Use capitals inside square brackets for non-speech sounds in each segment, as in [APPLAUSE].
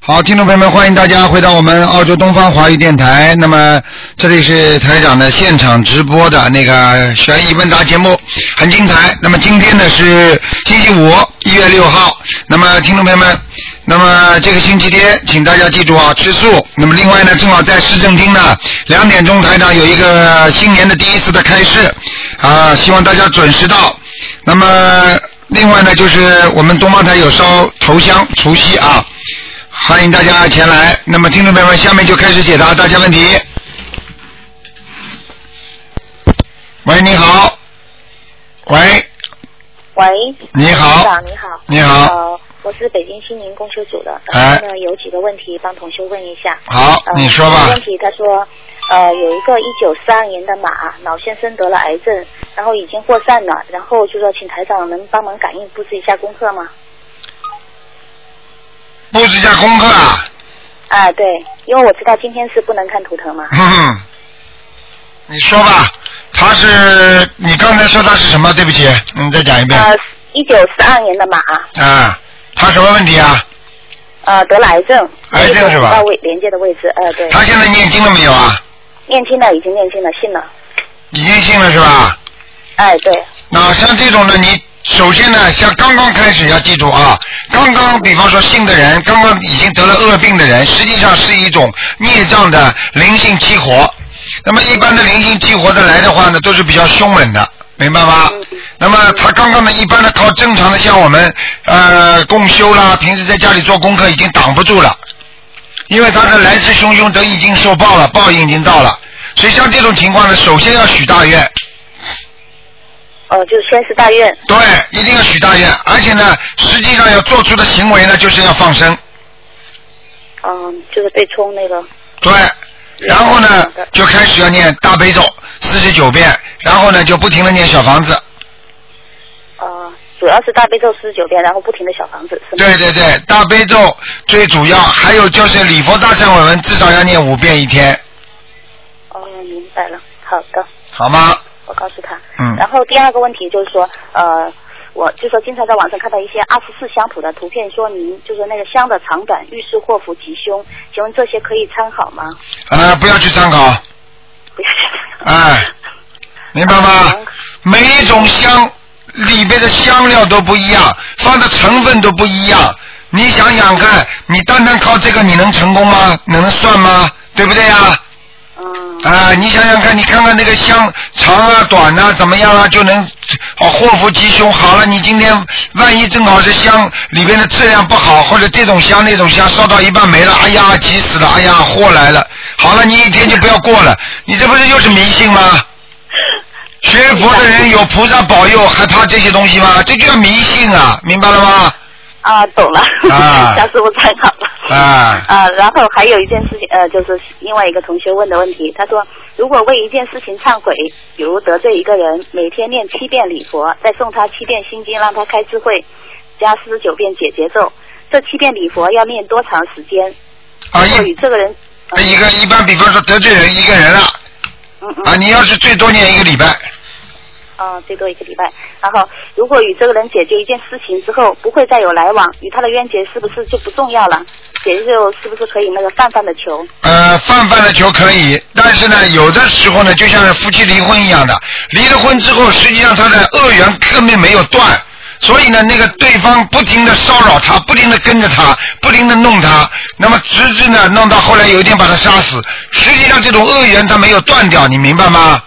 好，听众朋友们，欢迎大家回到我们澳洲东方华语电台。那么这里是台长的现场直播的那个悬疑问答节目，很精彩。那么今天呢是星期五，一月六号。那么听众朋友们，那么这个星期天，请大家记住啊，吃素。那么另外呢，正好在市政厅呢，两点钟台长有一个新年的第一次的开市啊，希望大家准时到。那么另外呢，就是我们东方台有烧头香，除夕啊。欢迎大家前来。那么，听众朋友们，下面就开始解答大家问题。喂，你好。喂，喂，你好台长你好，你好呃，我是北京新民公修组的，哎然后呢有几个问题帮同修问一下。好，呃、你说吧问。题他说，呃，有一个一九四二年的马，脑先生得了癌症，然后已经扩散了，然后就说请台长能帮忙感应布置一下功课吗？布置一下功课啊。 [LAUGHS] 啊，对，因为我知道今天是不能看图腾嘛。嗯，你说吧。他是你刚才说他是什么？对不起，你再讲一遍。呃，一九四二年的马，啊，他什么问题啊？呃，得了癌症，癌症是吧到位连接的位置，呃，对，他现在念经了没有啊？念经了，已经念经了，信了，已经信了是吧？哎，对，那像这种呢，你首先呢，像刚刚开始要记住啊，刚刚比方说信的人，刚刚已经得了恶病的人，实际上是一种孽障的灵性激活。那么一般的灵性激活的来的话呢，都是比较凶猛的，明白吗？那么他刚刚呢，一般的靠正常的像我们呃共修啦，平时在家里做功课已经挡不住了，因为他的来势汹汹，都已经受报了，报应已经到了。所以像这种情况呢，首先要许大愿，呃，就先是大愿，对，一定要许大愿，而且呢，实际上要做出的行为呢，就是要放生。嗯、就是对冲那个，对，然后呢，就开始要念大悲咒四十九遍，然后呢，就不停的念小房子。呃，主要是大悲咒四十九遍，然后不停的小房子，是吗？对对对，大悲咒最主要，还有就是礼佛大忏悔文，至少要念五遍一天，哦，明白了，好的，好吗？我告诉他。嗯然后第二个问题就是说，呃，我就说经常在网上看到一些二十四相谱的图片，说您就是那个香的长短预示祸福吉凶，请问这些可以参考吗？呃，不要去参考，不要去哎，明白吗？每一种香里边的香料都不一样，放的成分都不一样。你想想看，你单单靠这个你能成功吗？能算吗？对不对呀、啊？嗯，你想想看，你看看那个香长啊、短啊，怎么样啊，就能哦祸福吉凶。好了，你今天万一正好是香里边的质量不好，或者这种香那种香烧到一半没了，哎呀急死了，哎呀祸来了。好了，你一天就不要过了，你这不是又是迷信吗？学佛的人有菩萨保佑，还怕这些东西吗？这就叫迷信啊，明白了吗？啊，懂了，啊 [LAUGHS] 下次我参考了。啊啊，然后还有一件事情，呃，就是另外一个同学问的问题，他说，如果为一件事情忏悔，比如得罪一个人，每天念七遍礼佛，再送他七遍心经，让他开智慧，加四十九遍解结咒，这七遍礼佛要念多长时间？啊，或与一这呃个人，一个一般，比方说得罪人一个人了嗯嗯，啊，你要是最多念一个礼拜，啊，最多一个礼拜。然后，如果与这个人解决一件事情之后，不会再有来往，与他的冤结是不是就不重要了？解就是不是可以那个泛泛的求？呃，泛泛的求可以，但是呢，有的时候呢，就像是夫妻离婚一样的，离了婚之后，实际上他的恶缘根本没有断，所以呢，那个对方不停的骚扰他，不停的跟着他，不停的弄他，那么直至呢，弄到后来有一天把他杀死。实际上这种恶缘他没有断掉，你明白吗？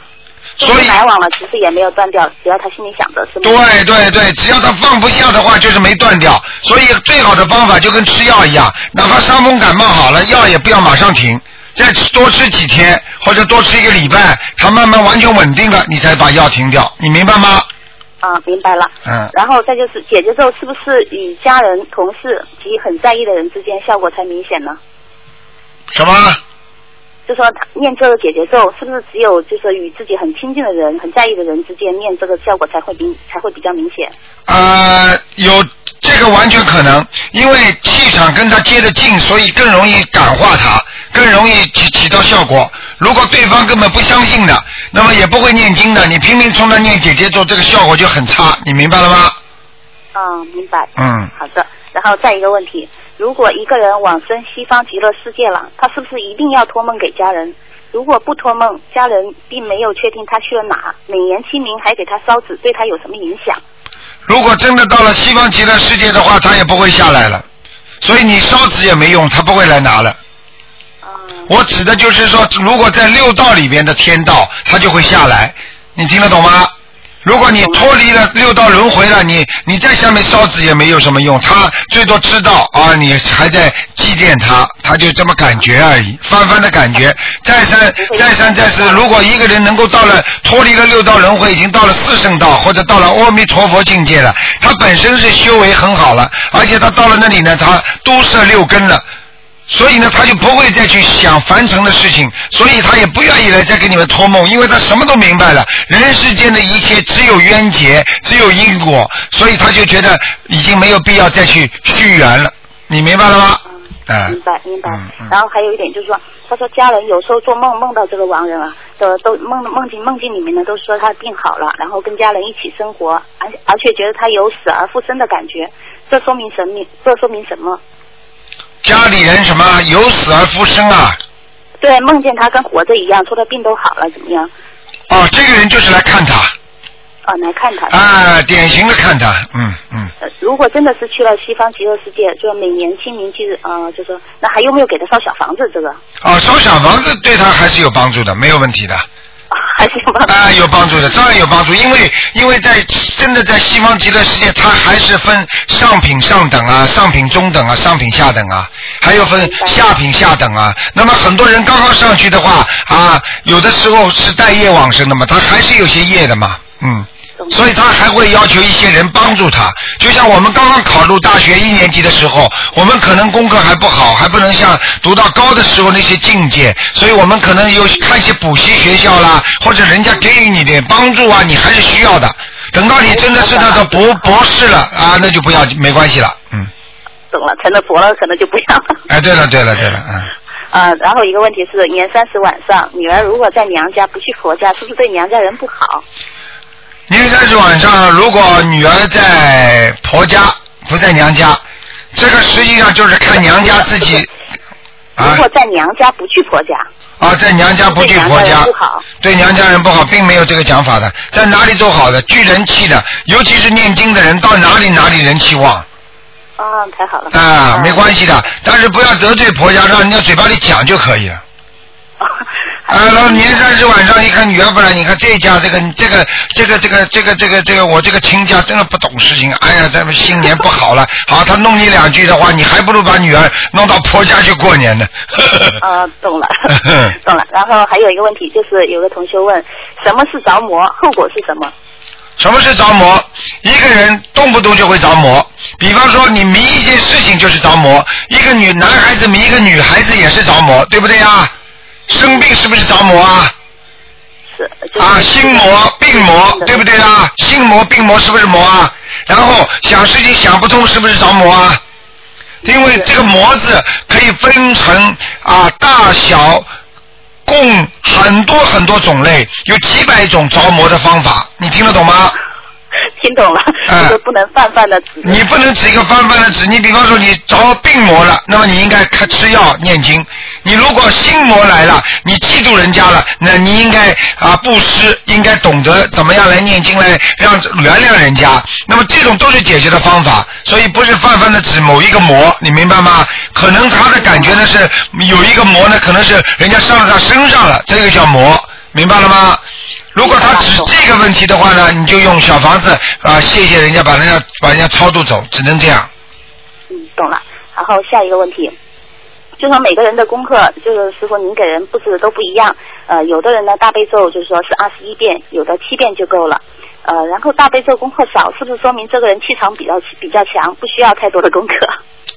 就是所以，来往了，其实也没有断掉，只要他心里想着是吗？对对对，只要他放不下的话，就是没断掉。所以最好的方法就跟吃药一样，哪怕伤风感冒好了，药也不要马上停，再吃多吃几天或者多吃一个礼拜，它慢慢完全稳定了，你才把药停掉。你明白吗？啊，明白了。嗯，然后再就是解决之后，是不是与家人、同事及很在意的人之间效果才明显呢？什么？就说他念这个解结咒，是不是只有就是与自己很亲近的人、很在意的人之间念这个效果才会明才会比较明显？呃，有这个完全可能，因为气场跟他接得近，所以更容易感化他，更容易起起到效果。如果对方根本不相信的，那么也不会念经的，你拼命冲他念姐姐咒，这个效果就很差，你明白了吗？嗯，明白。嗯，好的。然后再一个问题，如果一个人往生西方极乐世界了，他是不是一定要托梦给家人？如果不托梦，家人并没有确定他去了哪，每年清明还给他烧纸，对他有什么影响？如果真的到了西方极乐世界的话，他也不会下来了，所以你烧纸也没用，他不会来拿了。嗯，我指的就是说，如果在六道里边的天道，他就会下来，你听得懂吗？如果你脱离了六道轮回了，你你在下面烧纸也没有什么用，他最多知道啊，你还在祭奠他，他就这么感觉而已，翻翻的感觉。再三再三再四，如果一个人能够到了脱离了六道轮回，已经到了四圣道或者到了阿弥陀佛境界了，他本身是修为很好了，而且他到了那里呢，他都摄六根了。所以呢，他就不会再去想凡尘的事情，所以他也不愿意来再给你们托梦，因为他什么都明白了，人世间的一切只有冤结，只有因果，所以他就觉得已经没有必要再去续缘了，你明白了吗？嗯明白明白嗯嗯。然后还有一点就是说，他说家人有时候做梦梦到这个亡人啊，都都梦梦境梦境里面呢都说他病好了，然后跟家人一起生活，而且而且觉得他有死而复生的感觉，这说明什么？这说明什么？家里人什么有死而复生啊？对，梦见他跟活着一样，说他病都好了，怎么样？哦，这个人就是来看他，啊，来看他。啊，典型的看他，嗯嗯，呃如果真的是去了西方极乐世界，就每年清明祭日，呃，就说那还有没有给他烧小房子？这个、啊、哦，烧小房子对他还是有帮助的，没有问题的。还行吧。啊，有帮助的，当然有帮助，因为因为在真的在西方极乐世界，它还是分上品上等啊，上品中等啊，上品下等啊，还有分下品下等啊。那么很多人刚刚上去的话啊，有的时候是带业往生的嘛，他还是有些业的嘛，嗯。懂所以他还会要求一些人帮助他。就像我们刚刚考入大学一年级的时候，我们可能功课还不好，还不能像读到高的时候那些境界，所以我们可能有看一些补习学校啦，或者人家给予你点帮助啊，你还是需要的。等到你真的是那种博博士了啊，那就不要没关系了，嗯。懂了，成了佛了，可能就不一样了。哎，对了对了对了，嗯。 [LAUGHS] 啊，然后一个问题是，年三十晚上，女儿如果在娘家不去婆家，是不是对娘家人不 [LAUGHS] 好？年三十晚上，如果女儿在婆家不在娘家，这个实际上就是看娘家自己啊如果在娘家不去婆家，啊，在娘家不去婆对娘家家人不好，对娘家人不好，并没有这个讲法的，在哪里都好的，聚人气的，尤其是念经的人，到哪里哪里人气旺啊，太好了。啊，没关系的，但是不要得罪婆家，让人家嘴巴里讲就可以了。啊。啊，然后年三十晚上一看女儿不来，你看这家这个这个这个这个这个这个这个我这个亲家真的不懂事情，哎呀，咱们新年不好了，好他弄你两句的话，你还不如把女儿弄到婆家去过年呢。 [LAUGHS] 啊，懂了，懂了。然后还有一个问题，就是有个同学问，什么是着魔，后果是什么？什么是着魔？一个人动不动就会着魔，比方说你迷一件事情就是着魔，一个女男孩子迷一个女孩子也是着魔，对不对呀？生病是不是着魔啊？是、就是、啊，心魔、病魔，对不对啊？心魔、病魔是不是魔啊？然后想事情想不通，是不是着魔啊？因为这个魔字可以分成啊大小共很多很多种类，有几百种着魔的方法，你听得懂吗？听懂了，嗯就是不能泛泛的指。你不能指一个泛泛的指，你比方说你着病魔了，那么你应该开吃药念经。你如果心魔来了，你嫉妒人家了，那你应该啊布施，应该懂得怎么样来念经来让原谅人家。那么这种都是解决的方法，所以不是泛泛的指某一个魔，你明白吗？可能他的感觉呢是有一个魔呢，可能是人家上了他身上了，这个叫魔，明白了吗？如果他指这个问题的话呢，你就用小房子啊，谢谢人家把人家把人家超度走，只能这样。嗯，懂了。然后下一个问题，就说每个人的功课，就是师傅您给人布置的都不一样。呃，有的人呢大悲咒就是说是二十一遍，有的七遍就够了。呃，然后大悲咒功课少，是不是说明这个人气场比较比较强，不需要太多的功课？ [LAUGHS]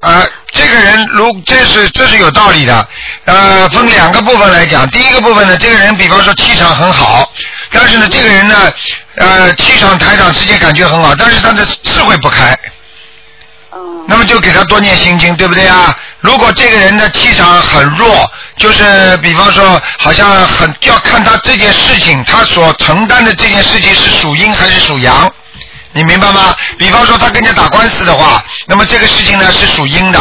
呃，这个人如这是这是有道理的，呃，分两个部分来讲。第一个部分呢，这个人比方说气场很好，但是呢，这个人呢，呃，气场台长之间感觉很好，但是他的智慧不开，嗯那么就给他多念心经，对不对啊？如果这个人的气场很弱，就是比方说，好像很要看他这件事情，他所承担的这件事情是属阴还是属阳，你明白吗？比方说他跟人家打官司的话，那么这个事情呢是属阴的，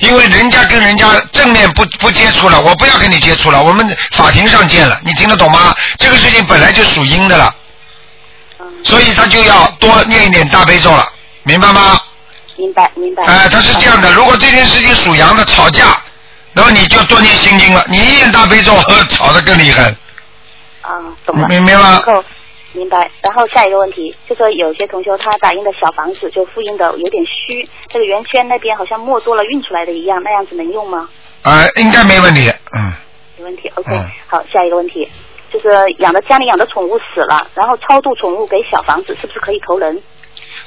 因为人家跟人家正面不不接触了，我不要跟你接触了，我们法庭上见了，你听得懂吗？这个事情本来就属阴的了，嗯，所以他就要多念一点大悲咒了，明白吗？明白明白。哎，他是这样的，如果这件事情属羊的吵架，那么你就多念心经了，你一念大悲咒，呵吵得更厉害，啊，懂了。明明白然吗？后明白。然后下一个问题，就说有些同修他打印的小房子就复印的有点虚，这个圆圈那边好像墨多了运出来的一样，那样子能用吗？啊、应该没问题，嗯，没问题。OK，、嗯好，下一个问题就是养的家里养的宠物死了，然后超度宠物给小房子，是不是可以投人？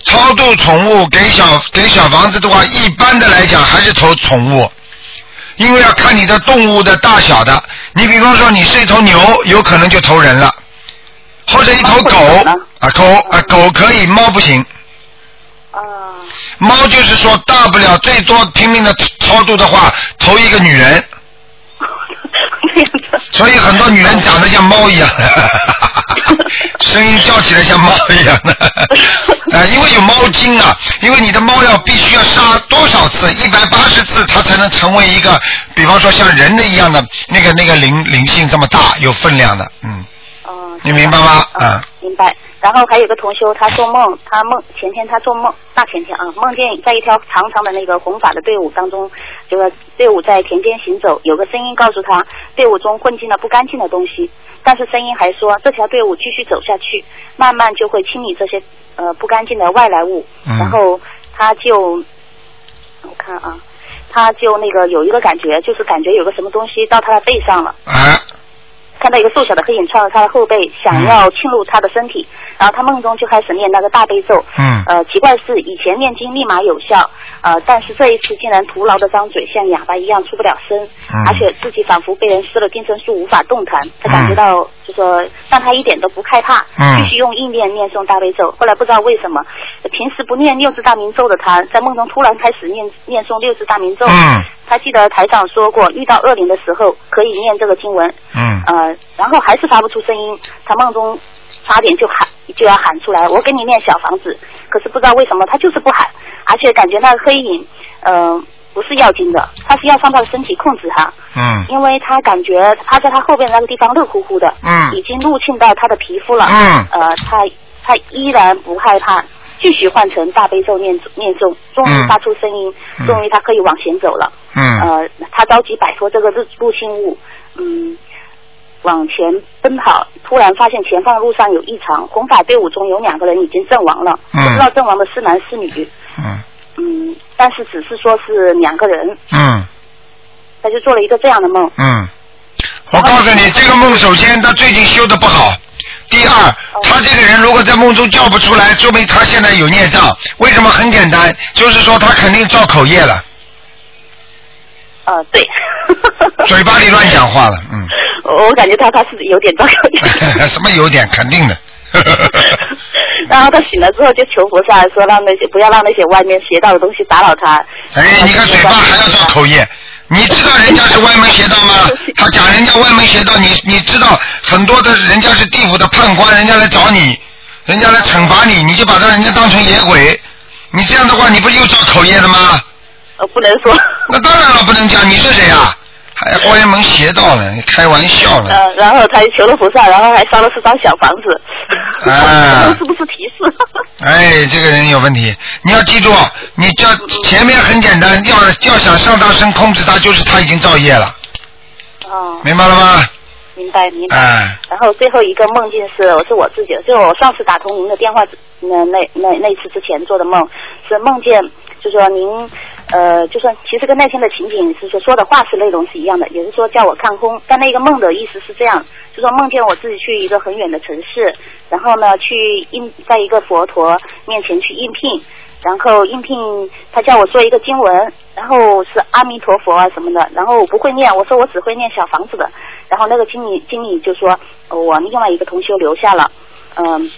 超度宠物给小给小房子的话，一般的来讲还是投宠物，因为要看你的动物的大小的。你比方说你是一头牛，有可能就投人了，或者一头狗猫不行呢啊，狗啊狗可以，猫不行。啊，猫就是说大不了最多拼命的超度的话，投一个女人。这样 [LAUGHS] 子。所以很多女人长得像猫 [LAUGHS] 一样，声音叫起来像猫一 [LAUGHS] 样的，啊，因为有猫精啊，因为你的猫要必须要杀多少次，一百八十次，它才能成为一个，比方说像人的一样的那个那个灵灵性这么大有分量的，嗯，哦，你明白吗？嗯啊，明白。然后还有个同修，他做梦，他梦前天他做梦，大前天啊，梦见在一条长长的那个红法的队伍当中，这个队伍在田间行走，有个声音告诉他，队伍中混进了不干净的东西，但是声音还说，这条队伍继续走下去，慢慢就会清理这些呃不干净的外来物。嗯然后他就，我看啊，他就那个有一个感觉，就是感觉有个什么东西到他的背上了。啊，看到一个瘦小的黑影穿着他的后背，想要侵入他的身体，然后他梦中就开始念那个大悲咒。嗯，呃，奇怪的是以前念经立马有效，呃，但是这一次竟然徒劳的张嘴，像哑巴一样出不了声，嗯而且自己仿佛被人施了定身术，无法动弹。他感觉到，就说，但他一点都不害怕，嗯继续用意念念诵大悲咒。后来不知道为什么，平时不念六字大明咒的他，在梦中突然开始念念诵六字大明咒。嗯，他记得台长说过，遇到恶灵的时候可以念这个经文，嗯，呃，然后还是发不出声音，他梦中差点就喊就要喊出来，我给你念小房子，可是不知道为什么他就是不喊，而且感觉那个黑影，呃，不是要经的，他是要上他的身体控制他，嗯，因为他感觉趴在他后边那个地方热乎乎的，嗯已经入侵到他的皮肤了，嗯呃，他他依然不害怕。继续换成大悲咒念念诵，终于发出声音，嗯终于他可以往前走了。嗯，呃，他着急摆脱这个入入侵物，嗯，往前奔跑，突然发现前方的路上有异常，红法队伍中有两个人已经阵亡了，嗯不知道阵亡的是男是女，嗯，嗯，但是只是说是两个人，嗯。他就做了一个这样的梦，嗯，我告诉你，这个梦首先他最近修的不好，第二，他这个人如果在梦中叫不出来，说明他现在有孽障。为什么？很简单，就是说他肯定造口业了，呃，对，嘴巴里乱讲话了。嗯， [LAUGHS] 我我感觉他他是有点糟糕。 [LAUGHS] 什么有点肯定的。然后他醒了之后就求菩萨说让那些不要让那些外面邪道的东西打扰他。哎，你看嘴巴还要造口业，你知道人家是歪门邪道 [LAUGHS] 吗？他讲人家歪门邪道，你你知道很多的人家是地府的判官，人家来找你，人家来惩罚你，你就把他人家当成野鬼，你这样的话你不又造口业了吗？呃，不能说。那当然了，不能讲你是谁啊？还歪门邪道呢，开玩笑呢。呃，然后他就求了菩萨，然后还烧了四张小房子。啊 [LAUGHS] 是不是提示？哎，这个人有问题，你要记住，你这前面很简单，要要想上他身控制他，就是他已经造业了，哦，明白了吗？明白明白。哎，然后最后一个梦境是我是我自己的，就是我上次打通您的电话之那那那那次之前做的梦，是梦见就说您呃就说其实跟那天的情景是说说的话是内容是一样的，也是说叫我看空，但那个梦的意思是这样，就说梦见我自己去一个很远的城市，然后呢去应在一个佛陀面前去应聘。然后应聘他叫我做一个经文，然后是阿弥陀佛啊什么的，然后我不会念，我说我只会念小房子的，然后那个经理经理就说呃我另外一个同修留下了，嗯。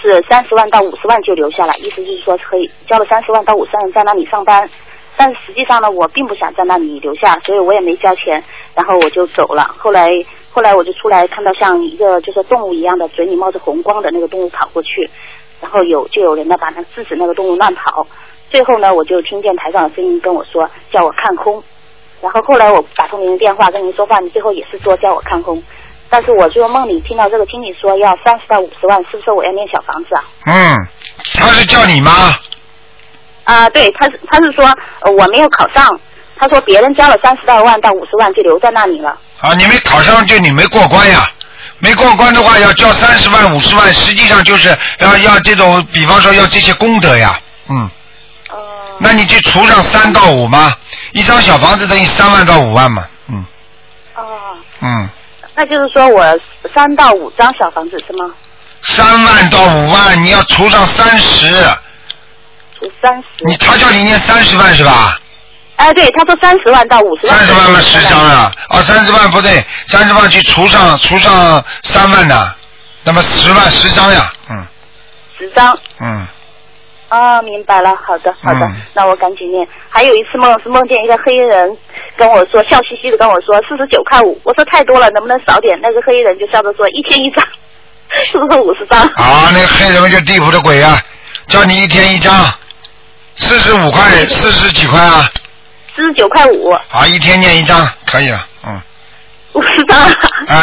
是三十万到五十万就留下来，意思就是说可以交了三十万到五十万在那里上班，但是实际上呢，我并不想在那里留下，所以我也没交钱，然后我就走了。后来后来我就出来看到像一个就是动物一样的嘴里冒着红光的那个动物跑过去，然后有就有人呢把它制止那个动物乱跑，最后呢我就听见台上的声音跟我说叫我看空，然后后来我打通您的电话跟您说话，你最后也是说叫我看空。但是我做梦里听到这个经理说要三十到五十万，是不是我要念小房子啊？嗯，他是叫你吗？啊、对，他是他是说、呃我没有考上，他说别人交了三十到万到五十万就留在那里了。啊，你没考上就你没过关呀。没过关的话，要交三十万、五十万，实际上就是要要这种，比方说要这些功德呀，嗯。哦那你去除上三到五嘛，一张小房子等于三万到五万嘛，嗯哦，嗯，那就是说我三到五张小房子是吗？三万到五万，你要除上三十，除三十。你他叫你念三十万是吧？哎，对，他说三十万到五十万。三十万嘛，十张。啊，哦，三十万不对，三十万去除上除上三万的，那么十万十张呀，嗯十张。嗯。啊，明白了，好的，好的，嗯那我赶紧念。还有一次梦是梦见一个黑衣人跟我说，笑嘻嘻的跟我说四十九块五，我说太多了，能不能少点？那个黑衣人就笑着说一千一张，是不是五十张？啊，那个黑人们就地府的鬼啊，叫你一天一张，四十五块，四十几块啊，四十九块五，啊，一天念一张，可以了，嗯，五十张。啊，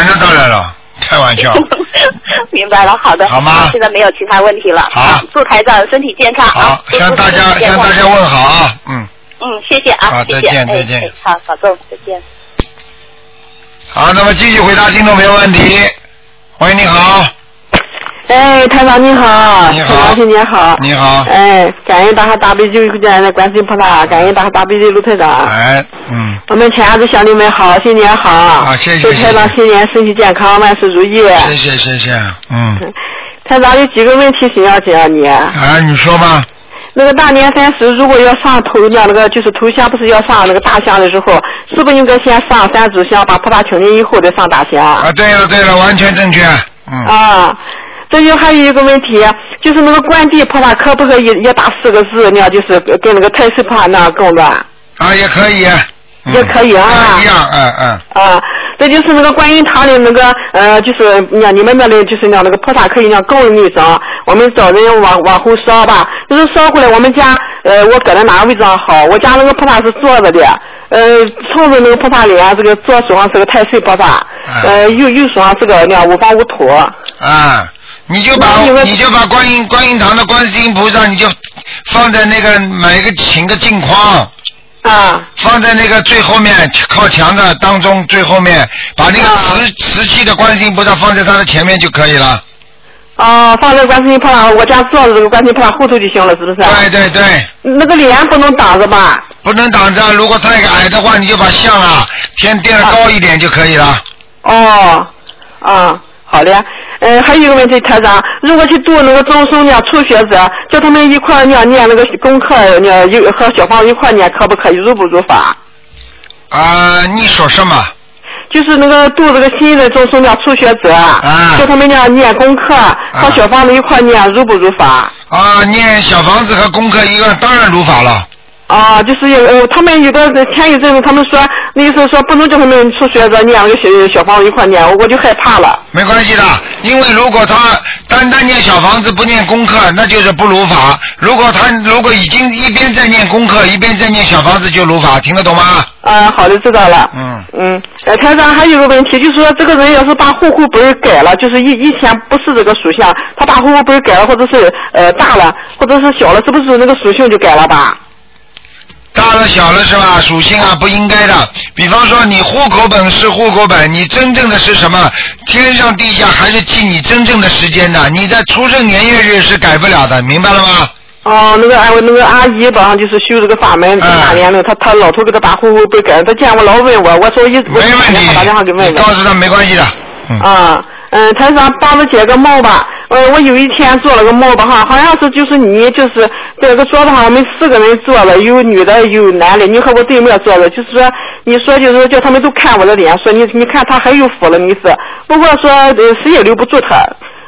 那当然了，开玩 [LAUGHS] 笑，明白了，好的，好吗现在没有其他问题了。好祝台长身体健康啊！好，向大家祝向大家问好啊，嗯，嗯，谢谢啊，好谢再谢，见哎再见哎好，保重，再见。好，那么继续回答听众朋友问题。喂，你好，哎，台长你好，你好台长新年好，你好，嗯哎，感恩大哈大悲救苦救难的观世音菩萨，感恩大哈大悲救苦台长。哎，嗯，我们全家的乡亲们好，新年好！啊谢谢祝台长谢谢新年身体健康，万事如意。谢谢谢谢，嗯，台长有几个问题想要请教你。啊，你说吧，那个大年三十如果要上头呢，那个就是头香不是要上那个大香的时候，是不是应该先上三炷香，把菩萨请进以后再上大香？啊，对了对了，完全正确，嗯，啊，这就还有一个问题，就是那个观地菩萨可不可以也打四个字那样，就是跟那个太岁菩萨那样供的啊，也可以，嗯也可以啊一样，嗯嗯。啊？这就是那个观音堂里那个呃，就是那你们那里就是那样那个菩萨可以那样供的那张，我们找人往往后烧吧，就是烧过来我们家呃，我搁在哪个位置上好？我家那个菩萨是坐着的。呃，冲着那个菩萨脸，这个左手上是个太岁菩萨，哎呃，右右手上是个那样五方五土，啊，你就把那你们你就把观音观音堂的观世音菩萨，你就放在那个买一个请个镜框，啊，放在那个最后面靠墙的当中最后面，把那个啊瓷瓷器的观世音菩萨放在他的前面就可以了。哦，放在观世音菩萨，我家坐着这个观世音菩萨后头就行了，是不啊是？对对对，那个脸不能挡着吧？不能挡着，如果太矮的话，你就把像啊天垫的高一点就可以了。哦，啊，好的。嗯，还有一个问题，台长，如果去度那个众生呢，初学者，叫他们一块儿呢念那个功课呢，一和小芳一块儿念，可不可以？如不如法？啊、你说什么？就是那个度这个新的众生呢，初学者，啊叫他们呢念功课，和小芳子一块儿念，如不如法？啊，念小房子和功课一个，当然如法了。啊，就是有、呃、他们有的前一阵子他们说，那意思说不能叫他们初学者念那个小小房子一块念，我就害怕了。没关系的，因为如果他单单念小房子不念功课，那就是不如法；如果他如果已经一边在念功课，一边在念小房子，就如法，听得懂吗？啊，好的，知道了。嗯嗯，呃，台长还有个问题，就是说这个人要是把户口本儿改了，就是以以前不是这个属相，他把户口本儿改了，或者是呃大了，或者是小了，是不是那个属性就改了吧？大了小了是吧？属性啊不应该的。比方说你户口本是户口本，你真正的是什么？天上地下还是记你真正的时间的。你在出生年月日是改不了的，明白了吗？哦，那个哎，我那个阿姨吧，就是修这个法门，哎大连的，她她老头给她把户口本儿改了，她见我老问我，我说一没我问打电话打电话题给，问你问。告诉他没关系的。嗯啊，嗯、台长帮我解个梦吧。呃，我有一天做了个梦吧哈，好像是就是你就是在个桌子上，我们四个人坐了，有女的有男的，你和我对面坐着，就是说你说就是说叫他们都看我的脸，说你你看他很有福了，你是。不过说呃谁也留不住他。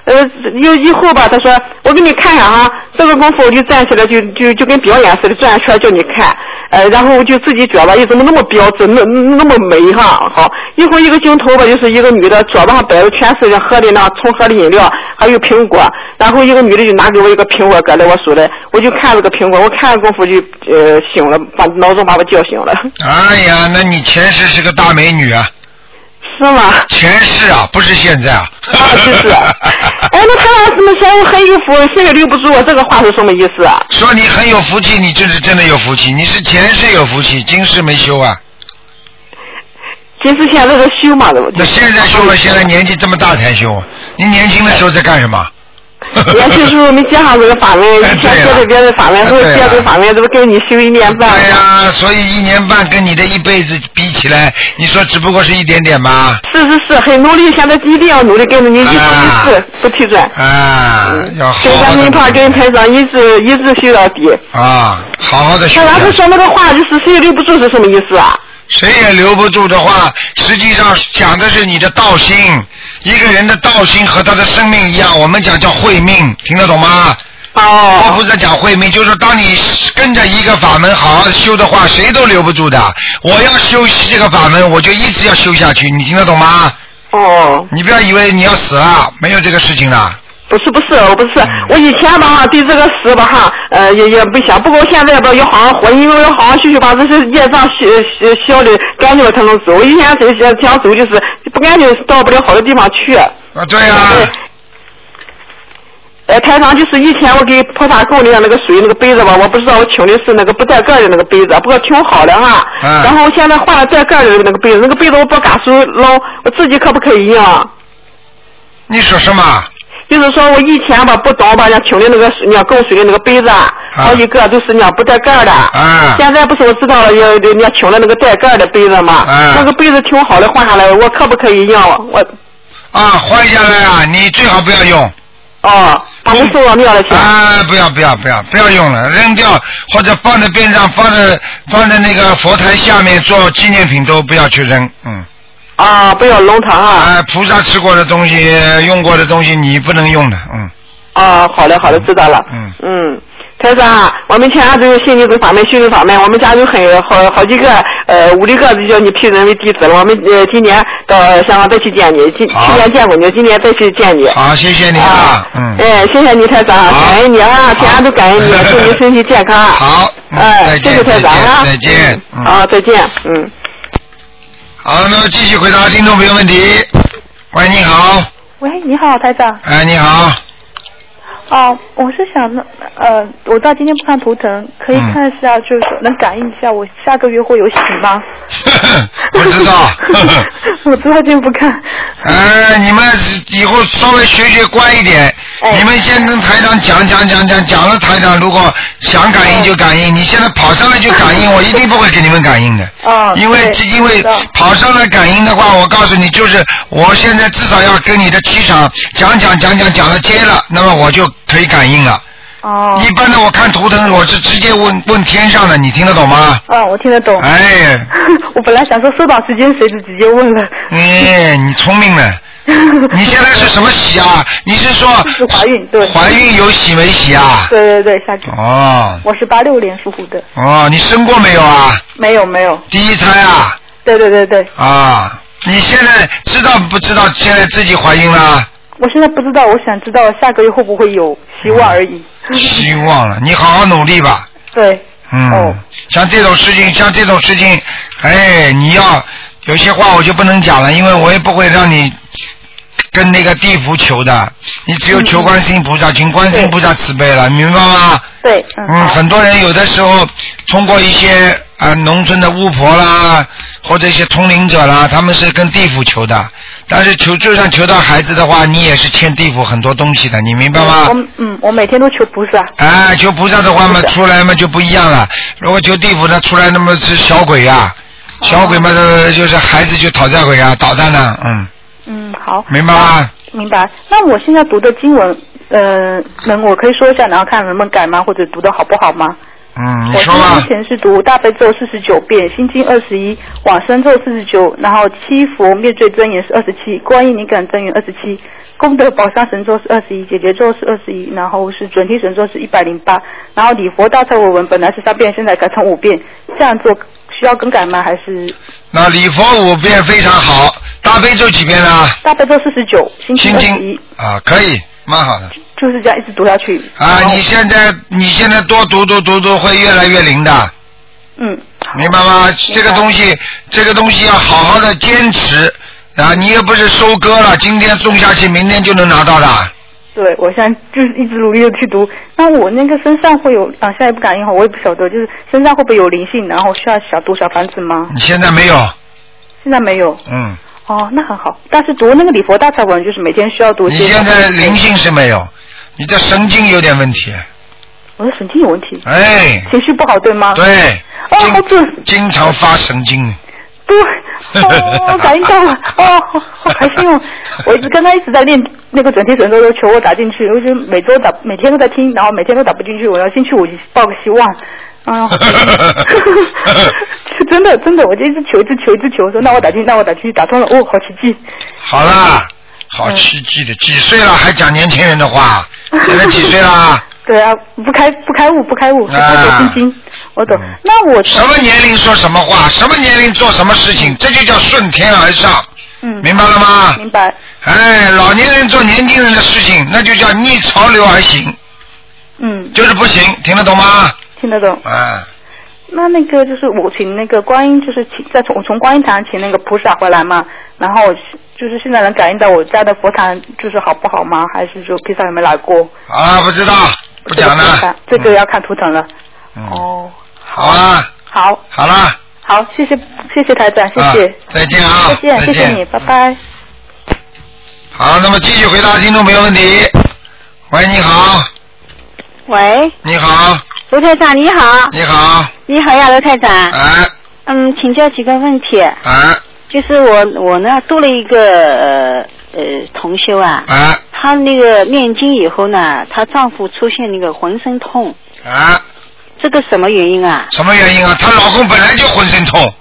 呃，有以后吧，他说我给你看看哈，这个功夫我就站起来就就就跟表演似的转一圈叫你看，呃，然后我就自己觉得，哎，怎么那么标致，那那么美哈？好，一会儿一个镜头吧，就是一个女的桌子上摆的全是人喝的那冲喝的饮料，还有苹果，然后一个女的就拿给我一个苹果搁在我手里，我就看了个苹果，我看了功夫就呃醒了，把闹钟把我叫醒了， [LAUGHS] 哎呀，那你前世是个大美女啊，是吗？ [LAUGHS] 前世啊，不是现在啊。啊，就是。哎，那他要这么说，我很有福，谁也留不住我，这个话是什么意思啊？说你很有福气，你就是真的有福气，你是前世有福气，今世没修啊。其实现在在修嘛，这不就那现在修了，现在年纪这么大才修啊，你年轻的时候在干什么？ [LAUGHS] 年轻时候没接上这个法门，以哎前对接了的别的法门，哎后对接了这个法门，这不跟你修一年半 [LAUGHS] 对呀、吗？所以一年半跟你的一辈子比起来，你说只不过是一点点吧？是是是，很努力，现在一定要努力，跟着您一直一啊直不退转，啊，要好跟好咱们一块儿跟的台长一直一直修到底。啊，好好的修那然后养。说那个话就是谁也留不住是什么意思啊？谁也留不住的话，实际上讲的是你的道心。一个人的道心和他的生命一样，我们讲叫慧命，听得懂吗？我哦不，是讲慧命，就是说当你跟着一个法门好好修的话，谁都留不住的。我要修习这个法门，我就一直要修下去，你听得懂吗？哦，你不要以为你要死了，没有这个事情了。不是不是，我不是，嗯我以前吧哈对这个事吧哈，呃也也不想，不过我现在吧要好好活，因为我要好好修修，把这些业障消消消的干净了才能走。我以前只想想走就是不干净到不了好的地方去。啊，对呀、对呃，台长就是以前我给菩萨供的那个水那个杯子吧，我不知道我请的是那个不带盖儿的那个杯子，不过挺好的哈。嗯然后我现在换了带盖儿的那个杯子，那个杯子我不敢手捞，我自己可不可以用啊？你说什么？就是说我以前吧不懂吧，人家请的那个人家供水的那个杯子啊，好几个都是人家不带盖儿的。啊现在不是我知道了，也人家请了那个带盖儿的杯子嘛。啊那个杯子挺好的，换下来我可不可以用？我啊，换下来啊，你最好不要用。哦，把那送到庙里去。啊，不要不要不要不要用了，扔掉或者放在边上，放在放在那个佛台下面做纪念品都不要去扔，嗯。啊，不要弄它啊。啊，菩萨吃过的东西、用过的东西，你不能用的，嗯。啊，好嘞，好嘞，知道了。嗯嗯。台长啊，我们全家都有信基督法门、修行法门，我们家有很好好几个，呃，五六个就叫你批准为弟子了。我们呃今年到香港再去见你，今好去年见过你，今年再去见你。好，谢谢你啊啊，，嗯。哎，谢谢你台长，好感恩你啊，全家都感 [LAUGHS] 恩你，祝你身体健康。好嗯再，哎谢见谢台长啊，再见再见嗯嗯啊好，再见，嗯。好，那么继续回答听众朋友问题。喂，你好，喂，你好，台长。哎，你好，哦，我是想那呃，我到今天不看图腾，可以嗯看一下，就是说能感应一下我下个月会有喜吗？ [LAUGHS] [LAUGHS] 不知道。我知道今天不看。呃，你们以后稍微学学乖一点。哎你们先跟台长讲讲讲讲讲了，台长如果想感应就感应，你现在跑上来就感 [LAUGHS] 应，我一定不会给你们感应的。哦因为对因为知道跑上来感应的话，我告诉你，就是我现在至少要跟你的气场讲讲讲讲讲了接了，那么我就可以感应了。哦。一般的我看图腾，我是直接问问天上的，你听得懂吗？哦，我听得懂。哎， [LAUGHS] 我本来想说收到时间谁就直接问了。哎，你聪明 [LAUGHS] 了。你现在是什么喜啊？你是说是怀孕对怀孕有喜没喜啊？对对对，下次。哦我是八六年属虎的。哦，你生过没有啊？没有没有。第一胎啊对对对对，啊！你现在知道不知道现在自己怀孕了？我现在不知道，我想知道下个月会不会有希望而已。希望了，你好好努力吧。 [LAUGHS] 对。嗯，哦像这种事情，像这种事情，哎，你要有些话我就不能讲了，因为我也不会让你跟那个地府求的，你只有求观世音菩萨，请观世音菩萨慈悲了，明白吗？嗯对，嗯，嗯，好很多人有的时候通过一些啊、呃农村的巫婆啦，或者一些通灵者啦，他们是跟地府求的，但是求就算求到孩子的话，你也是欠地府很多东西的，你明白吗？我嗯，我每天都求菩萨。哎，求菩萨的话嘛，出来嘛就不一样了。如果求地府呢，出来那么是小鬼呀、哦啊小鬼嘛，呃就是孩子就讨债鬼啊，捣蛋呢、嗯，嗯，好。明白吗？明白。那我现在读的经文，呃，能我可以说一下，然后看能不能改吗？或者读的好不好吗？嗯，你我说之吧。前是读大悲咒四十九遍，心经二十一，往生咒四十九，然后七佛灭罪真言是二十七，观音灵感真言二十七，功德宝山神咒是二十一，解结咒是二十一，然后是准提神咒是一百零八，然后礼佛大忏悔文本来是三遍，现在改成五遍，这样做需要更改吗？还是那礼佛五遍非常好，大悲咒几遍呢？大悲咒四十九，心经心二十经一，啊，可以，蛮好的。就是这样一直读下去。啊，然后你现在你现在多读读读读，会越来越灵的，嗯，明白吗？这个东西，这个东西要好好的坚持啊！你又不是收割了，今天种下去，明天就能拿到的。对，我现在就是一直努力的去读。那我那个身上会有啊，现在不敢用，我也不晓得，就是身上会不会有灵性，然后需要小读小房子吗？你现在没有，现在没有。嗯，哦，那很好。但是读那个礼佛大忏文，就是每天需要读你些。现在灵性是没有，你的神经有点问题，我的神经有问题，哎，情绪不好，对吗？。对，哦，好经准，经常发神经，对， [LAUGHS] [LAUGHS] 哦，感应到了，哦，好好开心哦！我一直跟他一直在练那个准提神咒，都求我打进去，我就每周打，每天都在听，然后每天都打不进去，我要进去我就抱个希望。哎呦， [LAUGHS] 真的真的，我就一直求，一直求，一直求，说那我打进，那我打进去，打通了，哦，好奇迹！好啦，好嗯奇迹的，几岁了还讲年轻人的 [LAUGHS] 话？现在几岁啦？啊对啊，不开不开悟，不开悟，我懂心经，我懂。那我嗯什么年龄说什么话，什么年龄做什么事情，这就叫顺天而上，嗯，明白了吗？明白，哎，老年人做年轻人的事情，那就叫逆潮流而行，嗯，就是不行，听得懂吗？听得懂。啊，那那个就是我请那个观音，就是请再从我从观音堂请那个菩萨回来嘛，然后就是现在能感应到我家的佛堂就是好不好吗？还是说菩萨有没有来过？好了，不知道，不讲了，这个要看图腾了。啊嗯，哦，好啊，好，好啦，好，谢谢谢谢台长，谢啊谢，，再见啊，再见，谢谢你，拜拜。好，那么继续回答听众朋友问题。喂，你好，喂，你好，卢台长你好，你好，你好呀，卢台长。哎嗯，请教几个问题，哎就是我我呢多了一个呃呃同修啊，哎她那个念经以后呢，她丈夫出现那个浑身痛，哎，这个什么原因啊？什么原因啊？她老公本来就浑身痛，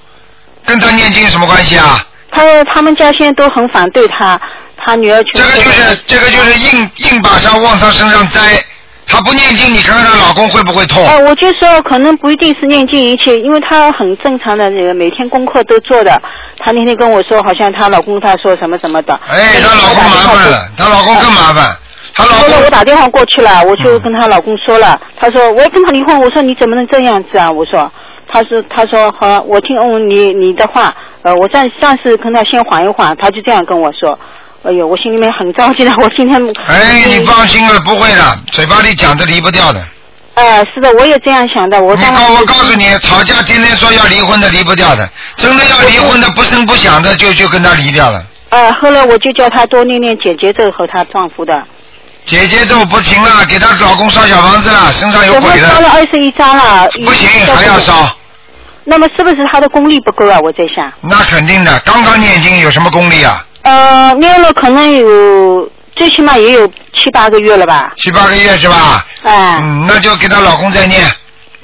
跟她念经有什么关系啊？她他们家现在都很反对她，她女儿就这个就是这个就是硬硬把上往她身上栽，她不念经，你看看她老公会不会痛？哎，我就说可能不一定是念经一切，因为她很正常的，那个每天功课都做的。她那天跟我说，好像她老公她说什么什么的。哎，她老公麻烦了，她老公更麻烦，她老后来我公嗯打电话过去了，我就跟她老公说了，她说我要跟他离婚，我说你怎么能这样子啊？我说，她说她说好，我听哦你你的话，呃，我暂暂时跟他先缓一缓，她就这样跟我说，哎呦，我心里面很着急的，我今天哎，你放心了，不会的，嘴巴里讲的离不掉的。哎呃是的，我也这样想的，我你当告时我告诉你，吵架天天说要离婚的离不掉的，真的要离婚的不声不响的就就跟他离掉了。呃后来我就叫她多念念姐姐咒和她丈夫的，姐姐咒不行了，给她老公烧小房子了，身上有我们鬼烧了了，二十一张了，不行还要烧，那么是不是她的功力不够啊？我在想。那肯定的，刚刚念经有什么功力啊？呃，念了可能有最起码也有七八个月了吧？七八个月是吧？哎、嗯，那就给她老公再念，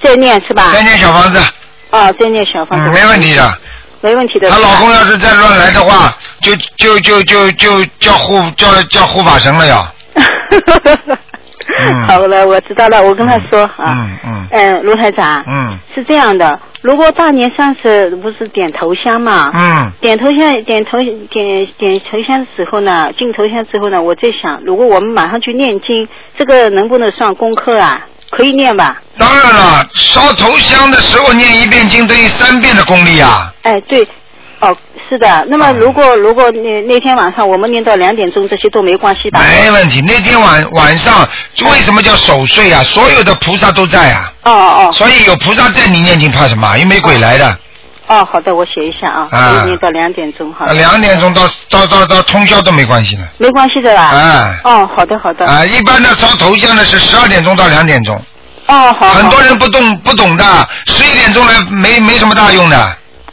再念是吧再？念小房子，哦，再念小房嗯，子，没问题的。没问题的。她老公要是再乱来的话，就就就就就叫护叫叫护法神了 [LAUGHS] 要。嗯公好了，我知道了，我跟他说啊。嗯嗯嗯，卢台长嗯是这样的，如果大年三十不是点头香嘛？嗯点头香，点头点点头香之后呢，进头香之后呢，我在想，如果我们马上去念经，这个能不能算功课啊？可以念吧？当然了，烧头香的时候念一遍经等于三遍的功力啊。哎，对，哦，是的。那么如果、如果那那天晚上我们念到两点钟，这些都没关系吧？没问题，那天晚晚上为什么叫守岁啊？所有的菩萨都在啊，哦哦所以有菩萨在你念经怕什么？又没鬼来的。哦哦，好的，我写一下啊，啊可以念到两点钟哈啊，，两点钟到到到到通宵都没关系的。没关系的啦。啊哦，好的好的。啊，一般的烧头香的是十二点钟到两点钟，哦，好。很多好人不懂不懂的，十一点钟来没没什么大用的。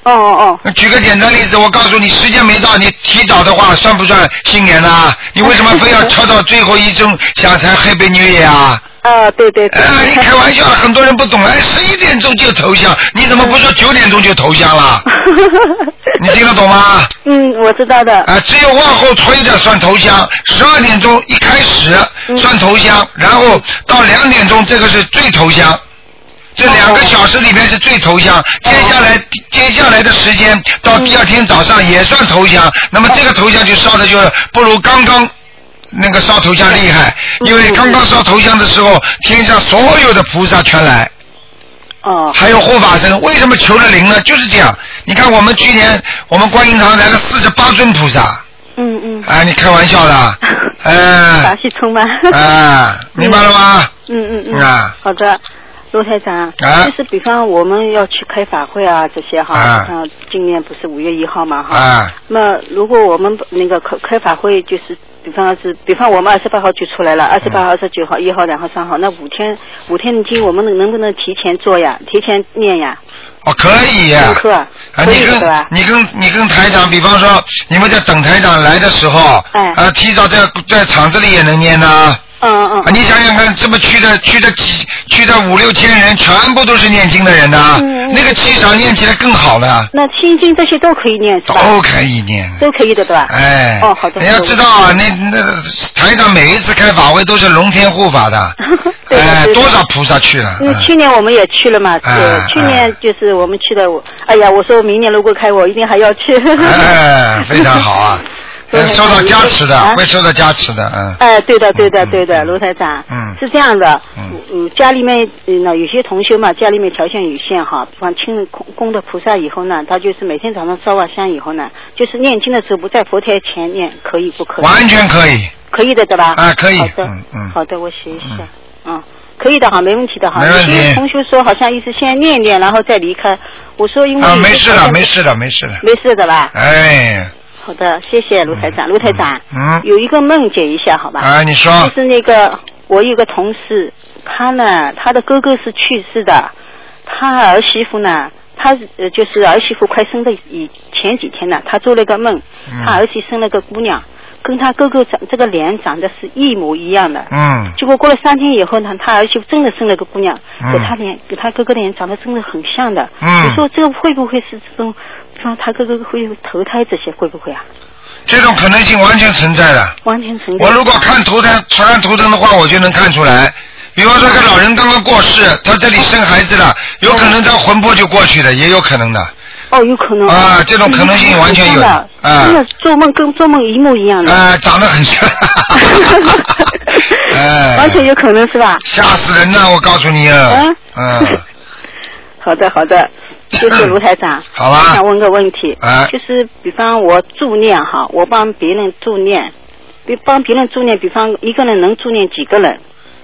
哦哦那举个简单例子，我告诉你，时间没到，你提早的话算不算新年呐、你为什么非要敲到最后一钟想才 Happy New Year 啊？哦，啊，对对对。哎，你开玩笑，很多人不懂，哎，十一点钟就投降，你怎么不说九点钟就投降了？你听得懂吗？ [LAUGHS] 嗯，我知道的。啊，只有往后推着算投降，十二点钟一开始嗯算投降，然后到两点钟这个是最投降。这两个小时里面是最投降，接下来接下来的时间到第二天早上也算投降，那么这个投降就烧的就不如刚刚那个烧头香厉害，因为刚刚烧头香的时候，天上所有的菩萨全来，哦还有护法神。为什么求了灵呢？就是这样。你看我们去年我们观音堂来了四十八尊菩萨，嗯嗯，哎，你开玩笑的啊，法哎喜充满。哎，明白了吗？嗯嗯嗯。啊好的，卢台长。啊就是比方我们要去开法会啊，这些哈，啊像今年不是五月一号嘛哈。哎那如果我们那个开开法会，就是比方是，比方我们二十八号就出来了，二十八号、二十九号、一号、两号、三号，那五天五天的经，我们能能不能提前做呀？提前念呀？哦，可以呀、功课啊，可你以的对跟吧？你跟你跟台长，比方说你们在等台长来的时候，哎啊，提早在在厂子里也能念呐、嗯啊。嗯。嗯你想想看，这么去的去的几去的五六千人，全部都是念经的人呐、嗯嗯那个气场念起来更好了，那心经这些都可以念是吧？都可以念。都可以的对吧？哎，哦好的你要知道啊，那那台长每一次开法会都是龙天护法的， [LAUGHS] [LAUGHS] 对的哎，对的多少菩萨去了？嗯，嗯去年我们也去了嘛，哎对，去年就是我们去的，我哎呀，我说明年如果开，我一定还要 [LAUGHS] 去。，哎，非常好啊 [LAUGHS] 对呃受到加持的，啊会受到加持的，嗯。 [LAUGHS] 哎，对的，对的，嗯对的，嗯卢台长，嗯是这样的，嗯嗯，家里面嗯那有些同修嘛，家里面条件有限哈，比方请供供的菩萨以后呢，他就是每天早上烧完香以后呢，就是念经的时候不在佛台前念，可以不可以？完全可以，可以的，对吧？啊可以好的，嗯嗯好的，我写一下，嗯，可以的哈，没问题的哈。没问题有些同学说好像意思先念一念，然后再离开。我说因为有啊，些没事条的，件没事的，没事的，嗯没事的吧？哎，好的，谢谢卢台长，卢台长，嗯有一个梦解一下好吧？啊，你说就，是那个我有个同事，他呢，他的哥哥是去世的，他儿媳妇呢，他呃就是儿媳妇快生的以前几天呢，他做了个梦，嗯他儿媳生了个姑娘，跟他哥哥长这个脸长得是一模一样的。 [LAUGHS] 嗯，结果过了三天以后呢，他儿媳妇真的生了个姑娘，嗯跟他脸跟他哥哥脸长得真的很像的。嗯你说这个会不会是这种，说他哥哥会有投胎这些会不会啊？这种可能性完全存在的。完全存在。我如果看图腾，看图腾的话，我就能看出来。比方说，个老人刚刚过世，他这里生孩子了，有可能他魂魄就过去了，也有可能的。哦，有可能啊这种可能性完全有的，啊真的做梦跟做梦一模一样的，呃，长得很像。哎，完全有可能是吧？吓死人了！我告诉你啊嗯，嗯，。好的，好的，谢谢卢台长好吧 [LAUGHS] 我想问个问题，哎就是比方我助念哈，我帮别人助念，比帮别人助念，比方一个人能助念几个人？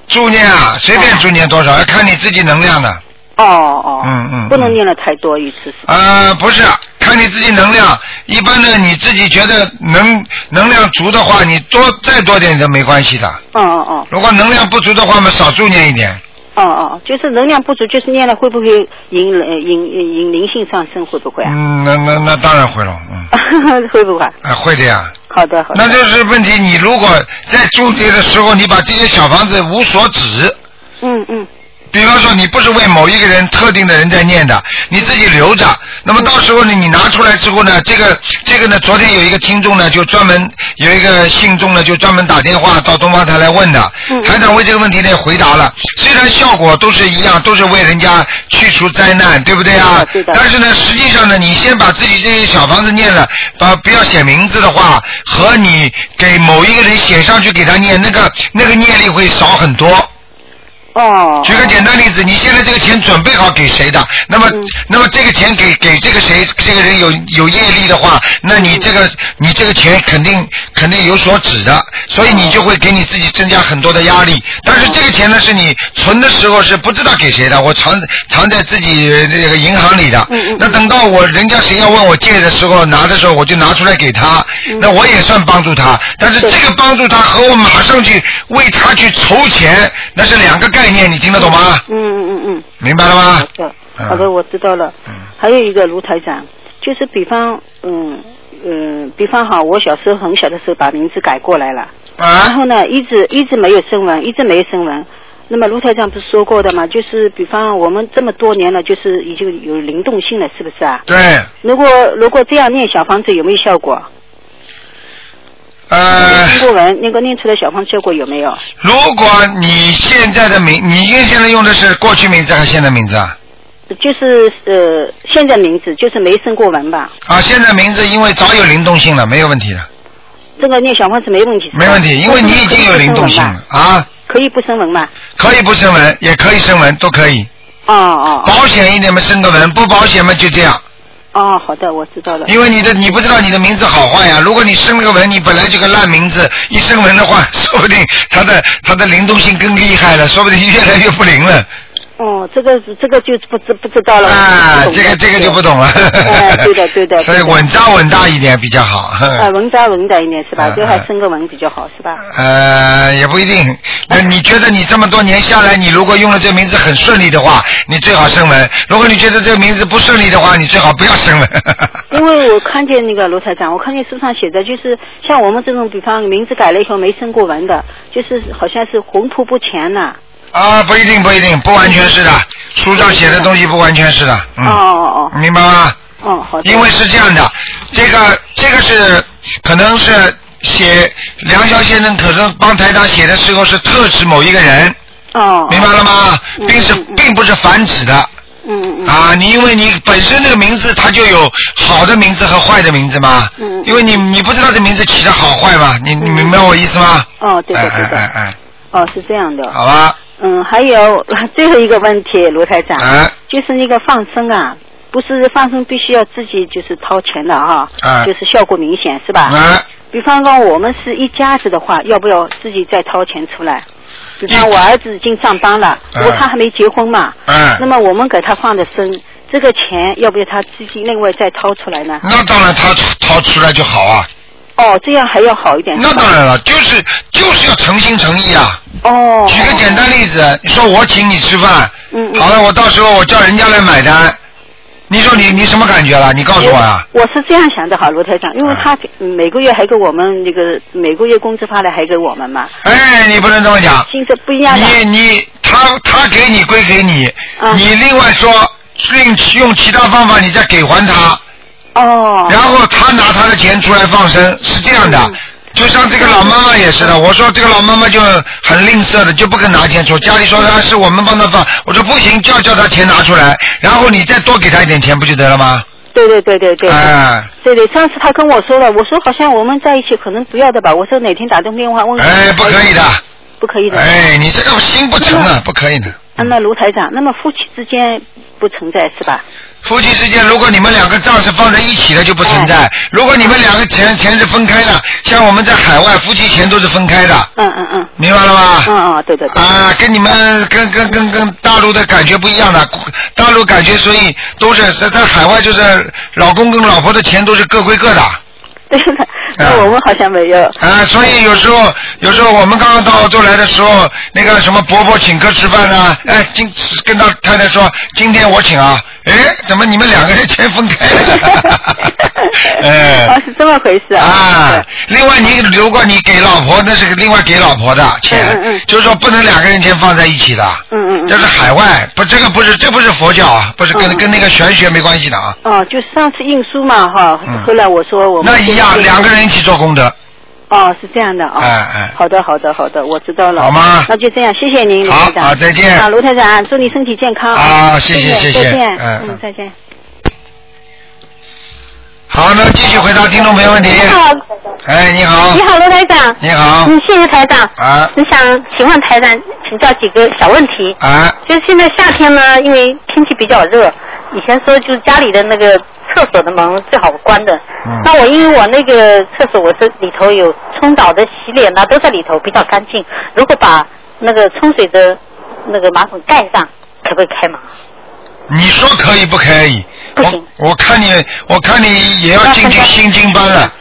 助念啊，随便助念多少，要看你自己能量的。哦哦，嗯嗯不能念了太多一次是吧？呃，不是，看你自己能量。一般呢，你自己觉得能能量足的话，你多再多点都没关系的。哦哦如果能量不足的话嘛，少助念一点。哦哦哦，就是能量不足，就是念了会不会引呃引引引灵性上升？会不会啊？嗯，那那那当然会了，[LAUGHS] 嗯，会不会啊？啊，会的呀。好的好的。那就是问题，你如果在助念的时候，你把这些小房子无所指，嗯嗯。比方说你不是为某一个人特定的人在念的，你自己留着。那么到时候呢，你拿出来之后呢，这个这个呢，昨天有一个听众呢，就专门有一个信众呢，就专门打电话到东方台来问的嗯。台长为这个问题呢回答了，虽然效果都是一样，都是为人家去除灾难，对不对啊？对的对的但是呢，实际上呢，你先把自己这些小房子念了，把不要写名字的话，和你给某一个人写上去给他念，那个那个念力会少很多。哦，举个简单例子，你现在这个钱准备好给谁的？那么，嗯那么这个钱给给这个谁，这个人有有业力的话，那嗯你这个你这个钱肯定肯定有所指的，所哦以你就会给你自己增加很多的压力。但是这个钱呢，是你存的时候是不知道给谁的，我藏藏在自己那个银行里的。嗯嗯那等到我人家谁要问我借的时候，拿的时候我就拿出来给他，嗯那我也算帮助他。但是这个帮助他和我马上去为他去筹钱，那是两个概念，你听得懂吗？嗯嗯嗯嗯，明白了吗好？的，嗯好的，我知道了嗯。还有一个卢台长，就是比方，嗯嗯，比方哈，我小时候很小的时候把名字改过来了，然啊，后呢，一直一直没有声纹，一直没有声纹。那么卢台长不是说过的嘛，就是比方我们这么多年了，就是已经有灵动性了，是不是啊？对，如果如果这样念小房子有没有效果？呃，通过文那个念出来小房子效果有没有？如果你现在的名，你现在用的是过去名字还是现在名字啊？就是呃，现在名字就是没生过文吧？啊，现在名字因为早有灵动性了，没有问题了，这个念小房子没问题是吧。没问题，因为你已经有灵动性嗯了啊，可以不生文吧。可以不声纹，也可以声纹，都可可以。以不生文吧？哦哦保险一点嘛，生个纹；不保险嘛，就这样。哦，好的，我知道了。因为你的你不知道你的名字好坏呀、啊如果你生了个纹，你本来就个烂名字，一生纹的话， [LAUGHS] 说不定它的它的灵动性更厉害了，说不定越来越不灵了。哦，这个这个就不知不知道了。我，啊不懂这个这个就不对懂了。哎对的对的 [LAUGHS] 所以对的稳扎稳打一点比较好。 [LAUGHS] 啊，文章文的一点是吧？嗯就还嗯生个文比较好是吧？呃，也不一定。那你觉得你这么多年下来，你如果用了这个名字很顺利的话，你最好升文；如果你觉得这个名字不顺利的话，你最好不要升文。因为我看见那个罗台长，我看见书上写的，就是像我们这种，比方名字改了以后没生过文的，就是好像是魂魄不全呐、啊，不一定，不一定，不完全是的。书上写的东西不完全是的。嗯。哦哦明白吗？哦，哦好的。因为是这样的，这个这个是可能是写梁霄先生可能帮台长写的时候是特指某一个人，哦，明白了吗？嗯并是嗯嗯并不是反指的嗯嗯嗯，啊，你因为你本身这个名字它就有好的名字和坏的名字嘛嗯嗯，因为你你不知道这名字起的好坏嘛，你你明白我意思吗？哦对哎的对哎的，哎哦是这样的哎，，好吧，嗯，还有 [LAUGHS] 最后一个问题，罗台长，哎就是那个放生啊，不是放生必须要自己就是掏钱的啊，哎就是效果明显是吧？哎，比方说我们是一家子的话，要不要自己再掏钱出来？比方我儿子已经上班了，不嗯过他还没结婚嘛，哎那么我们给他放的生，这个钱要不要他自己另外再掏出来呢？那当然他掏出来就好啊，哦，这样还要好一点。那当然了，就是就是要诚心诚意啊。哦。举个简单例子，你说我请你吃饭，嗯嗯好了，我到时候我叫人家来买单，你说你你什么感觉了？你告诉我啊呀、哎哎我是这样想的哈，罗台长，因为他每个月还给我们那个每个月工资发来还给我们嘛，哎，你不能这么讲，性质不一样的。你你他他给你归给你，嗯你另外说另用其他方法你再给还他，哦。然后他拿他的钱出来放生，是这样的。嗯就像这个老妈妈也是的，我说这个老妈妈就很吝啬的，就不肯拿钱出。家里说啊是我们帮她放，我说不行，就要叫她钱拿出来，然后你再多给她一点钱不就得了吗？对对对对对。哎，对对，上次他跟我说了，我说好像我们在一起可能不要的吧，我说哪天打通电话问问。哎，不可以的，不可以的。哎，你这个心不诚啊，不可以的。那么卢台长，那么夫妻之间不存在是吧？夫妻之间，如果你们两个账是放在一起的，就不存哎在；如果你们两个钱钱是分开的，像我们在海外，夫妻钱都是分开的，嗯嗯嗯。明白了吗？嗯嗯，对对对。啊，跟你们跟跟跟跟大陆的感觉不一样的，大陆感觉所以都是在在海外就是老公跟老婆的钱都是各归各的。 [LAUGHS] 对的，那我们好像没有。啊，所以有时候，有时候我们刚刚到澳洲来的时候，那个什么伯伯请客吃饭啊，哎，今跟他太太说，今天我请啊，哎，怎么你们两个人钱分开 [LAUGHS] 了？哦哎，，是这么回事啊，另外你如果你给老婆，那是另外给老婆的钱，嗯嗯嗯就是说不能两个人钱放在一起的。嗯嗯这嗯。是海外，不，这个不是，这不是佛教啊，不是跟、嗯跟那个玄学没关系的啊。哦，就上次印书嘛哈嗯，后来我说我们那一样，两个人一起做功德，哦是这样的啊，哎哎好的好的好的，我知道了，好吗那就这样，谢谢您，卢好台长，好再见啊，卢台长，祝你身体健康啊谢谢谢谢再见，嗯嗯嗯，再见。好，那继续回答听众朋友问题。哎，你好你，好，罗台长。你好，嗯，谢谢台长。啊我想请问台长请教几个小问题。啊就是现在夏天呢，因为天气比较热，以前说就是家里的那个厕所的门最好关的。嗯那我因为我那个厕所我是里头有冲澡的、洗脸呐、都在里头，比较干净。如果把那个冲水的那个马桶盖上，可不可以开门？你说可以不可以？不行我我看你，我看你也要进军新经班 [LAUGHS] 了。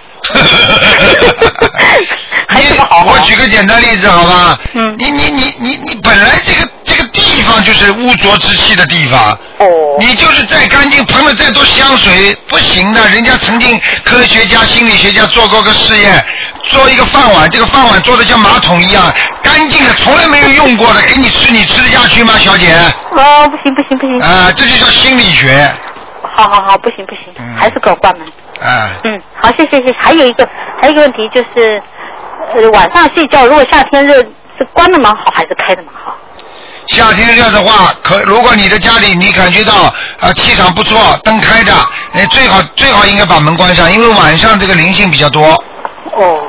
还你是不好啊我举个简单例子好吧？嗯你你你你你本来这个这个个地方就是污浊之气的地方。哦你就是再干净，喷了再多香水不行的。人家曾经科学家、心理学家做过个试验，做一个饭碗，这个饭碗做的像马桶一样干净的，从来没有用过的，给你吃，你吃得下去吗，小姐？啊、哦，不行不行不行，这就叫心理学好好好，不行不行，嗯还是给我关门。啊、嗯，好，谢谢谢谢。还有一个还有一个问题就是，呃，晚上睡觉如果夏天热，是关的门好还是开的门好？夏天热的话，可如果你的家里你感觉到啊、呃气场不错，灯开着，哎最好最好应该把门关上，因为晚上这个灵性比较多，哦。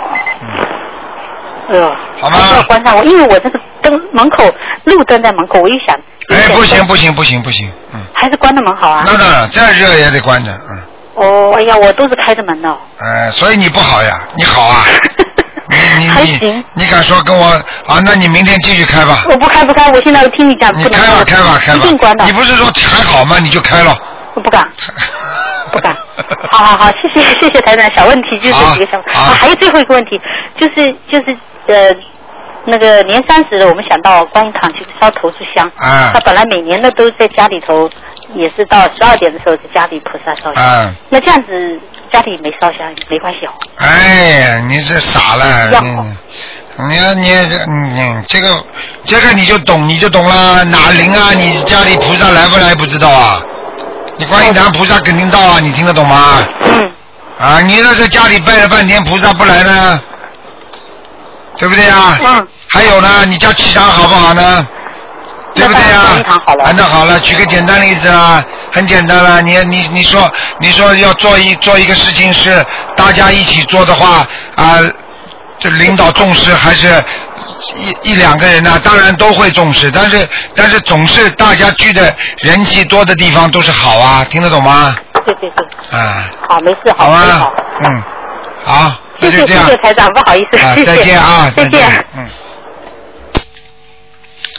哎呦，好吗还是要关上我，因为我这个灯门口路灯在门口，我一想，哎不行不行不行不行，嗯，还是关的门好啊。那当然再热也得关着，嗯。哦，哎呀，我都是开着门的。哎，所以你不好呀，你好 [LAUGHS] 啊，你还你你行，你敢说跟我啊？那你明天继续开吧，我不开不开，我现在听你讲，你不能开吧关开吧开一吧定关的，你不是说还好吗？你就开了。我不 [LAUGHS] 敢。不敢。好好好，谢谢谢谢台长。小问题就是好这个小，好啊还有最后一个问题，就是就是呃，那个年三十了，我们想到观音堂去烧头炷香。啊他本来每年呢都在家里头，也是到十二点的时候在家里菩萨烧香。啊，那这样子家里没烧香没关系哦。哎呀，你这傻了，要你你要你嗯嗯，这个这个你就懂你就懂了，哪灵啊？嗯你家里菩萨来不来不知道啊？你观音堂菩萨肯定到啊，你听得懂吗？嗯，啊，你那在家里拜了半天，菩萨不来呢，对不对啊？嗯。还有呢，你家气场好不好呢？对不那对当然呀非常好、了啊？那好了，举个简单例子啊，很简单了、你你你说你说要做一做一个事情是大家一起做的话啊，这领导重视还是一一两个人呢、当然都会重视，但是但是总是大家聚的人气多的地方都是好啊，听得懂吗？对对对，啊。好，没事，好，没事啊好。，嗯，好，那谢就谢这谢样，谢台长，不好意思，啊，谢谢，再见 [LAUGHS] 啊，再见，嗯。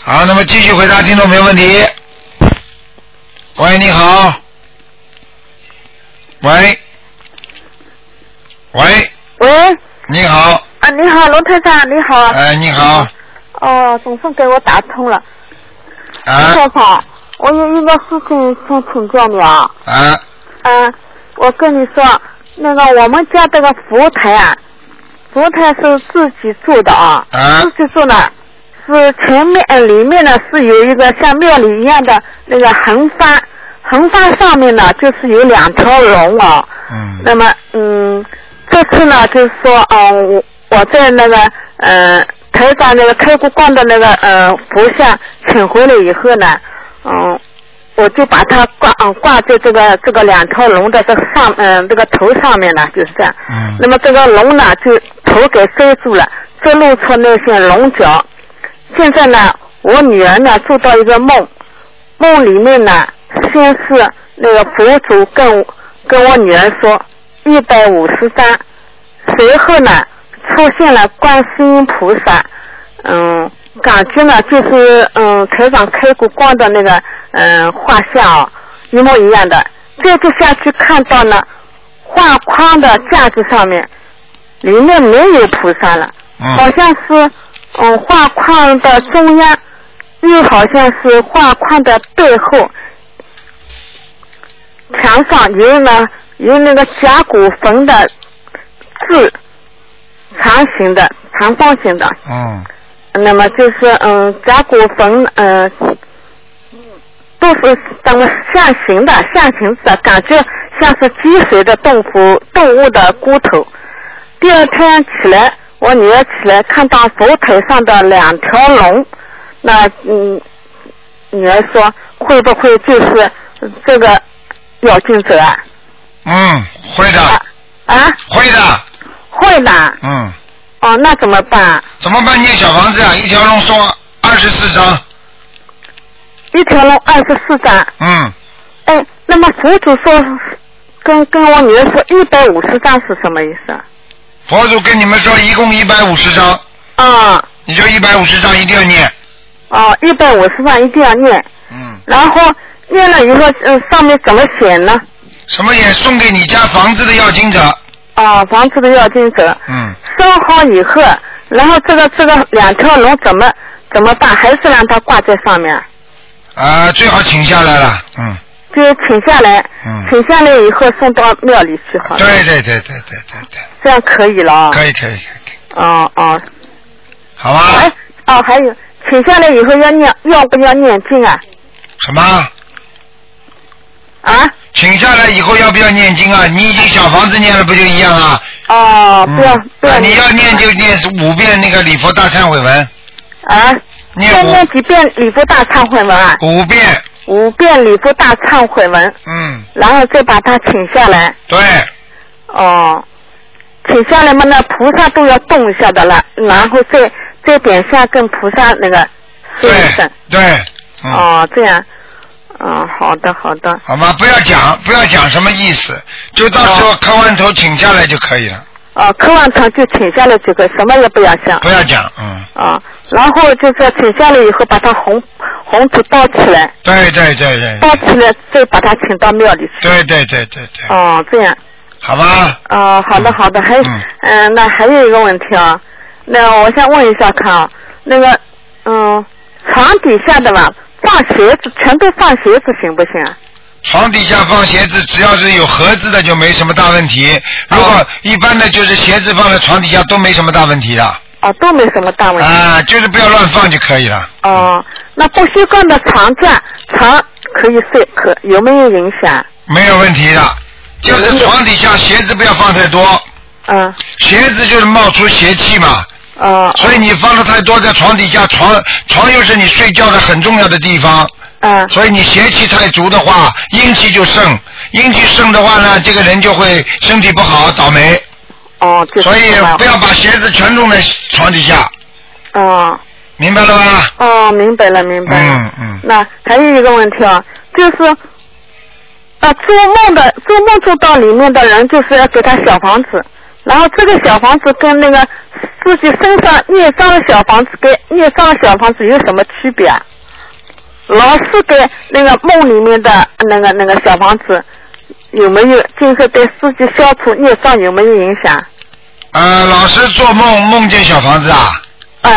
好，那么继续回答听众没问题。喂，你好。喂，喂，喂，你好，啊，你好，龙台长，你好。哎，你好，哦，总算给我打通了。龙啊台长，我有一个事情想请教你啊。啊，嗯、我跟你说，那个我们家这个佛台啊，佛台是自己做的啊，啊自己做的，是前面呃里面呢是有一个像庙里一样的那个横幡，横幡上面呢就是有两条龙啊。嗯，那么，嗯，这次呢，就是说，嗯，我我在那个，呃，台长那个开过光的那个，呃，佛像请回来以后呢，嗯，我就把它挂，嗯，挂在这个这个两条龙的这上，嗯、这个头上面呢，就是这样。嗯那么这个龙呢，就头给遮住了，就露出那些龙角。现在呢，我女儿呢做到一个梦，梦里面呢，先是那个佛祖跟我跟我女儿说一百五十张，随后呢出现了观世音菩萨，嗯，感觉呢就是嗯台长开过光的那个嗯画像、哦、一模一样的，接着下去看到呢画框的架子上面里面没有菩萨了。好嗯，像是嗯画框的中央，又好像是画框的背后，墙上有呢有那个甲骨文的字，长形的长方形的，嗯，那么就是嗯甲骨文嗯。都是咱们象形的、象形字的，感觉像是积水的动物动物的骨头。第二天起来，我女儿起来看到佛台上的两条龙，那嗯，女儿说会不会就是这个妖精者啊？嗯，会的，啊，会的，会的。嗯，哦，那怎么办？怎么办？念小房子啊，一条龙送二十四张，一条龙二十四张。嗯。哎，那么佛祖说跟跟我女儿说一百五十张是什么意思啊？佛祖跟你们说，一共一百五十张，啊、你就一百五十张一定要念。哦，一百五十张一定要念，嗯，然后念了以后，嗯、上面怎么写呢？什么也送给你家房子的要经者。啊，房子的要经者。嗯，烧好以后，然后这个这个两条龙怎么怎么办？还是让它挂在上面？啊，最好请下来了，嗯就是请下来，嗯，请下来以后送到庙里去好了，对对对对对对对，这样可以了啊。可以可以，可以哦哦，好吧哎？哦，还有，请下来以后要念，要不要念经啊？什么？啊？请下来以后要不要念经啊？你已经小房子念了不就一样了？哦，不要嗯不要啊你要念就念五遍那个礼佛大忏悔文，啊，要念念五几遍礼佛大忏悔文啊？五遍，五遍礼佛大忏悔文，嗯，然后再把它请下来。对，哦，请下来嘛，那菩萨都要动一下的了，然后再再点下跟菩萨那个说一声对。对，嗯，哦，这样。哦，好的好的。好吧，不要讲不要讲什么意思，就到时候磕完头请下来就可以了，哦，磕完头就请下来就可以，什么也不要想。不要讲，嗯，啊，然后就是请下来以后，把它红红纸包起来，对对对对，包起来再把它请到庙里去。对对对对对，哦，这样。好吧，哦，好的好的，还嗯嗯、那还有一个问题啊，那我想问一下看啊，那个嗯，床底下的吧，放鞋子全都放鞋子行不行啊？床底下放鞋子，只要是有盒子的就没什么大问题。如哦果一般的，就是鞋子放在床底下都没什么大问题的。哦，都没什么大问题。啊，就是不要乱放就可以了。哦，那不习惯的床架床可以睡，可有没有影响？没有问题的。就是床底下鞋子不要放太多，嗯，鞋子就是冒出邪气嘛。哦，所以你放的太多在床底下，床床又是你睡觉的很重要的地方，嗯，所以你邪气太足的话，阴气就盛，阴气盛的话呢，这个人就会身体不好，倒霉。哦，就是所以这样不要把鞋子全弄在床底下，哦明白了吧？哦，明白了，明白了。嗯嗯，那还有一个问题啊，就是啊，做梦的做梦做到里面的人，就是要给他小房子，然后这个小房子跟那个自己身上孽障的小房子跟孽障的小房子有什么区别啊？老是给那个梦里面的那个那个小房子有没有，就是对自己消除孽障有没有影响？呃，老是做梦梦见小房子啊，啊，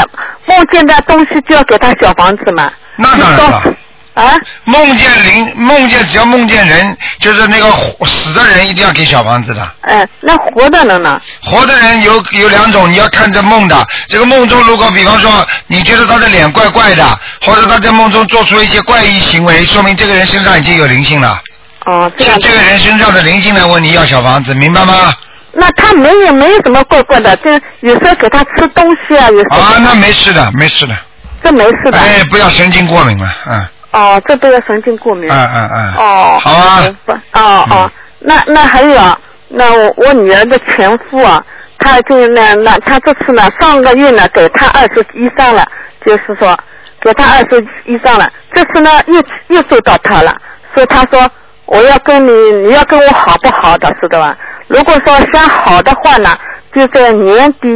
梦见的东西就要给他小房子嘛。那当然了。 [LAUGHS] 啊，梦见灵，梦见只要梦见人，就是那个活死的人一定要给小房子的。嗯，那活的人呢？活的人有有两种，你要看这梦的。这个梦中，如果比方说你觉得他的脸怪怪的，或者他在梦中做出一些怪异行为，说明这个人身上已经有灵性了。哦，这是样这个人身上的灵性来问你要小房子，明白吗？那他没有没有什么怪怪的，就有时候给他吃东西啊，有时候、啊，那没事的，没事的。这没事的。哎，不要神经过敏嘛，嗯哦，这都要神经过敏。嗯嗯嗯。哦。好啊。不哦哦嗯，那那还有啊，那我我女儿的前夫啊，他就那那他这次呢，上个月呢给他二十一张了，就是说给他二十一张了，这次呢又又追到他了，所以他说我要跟你你要跟我好不好的，是的吧？如果说想好的话呢，就在年底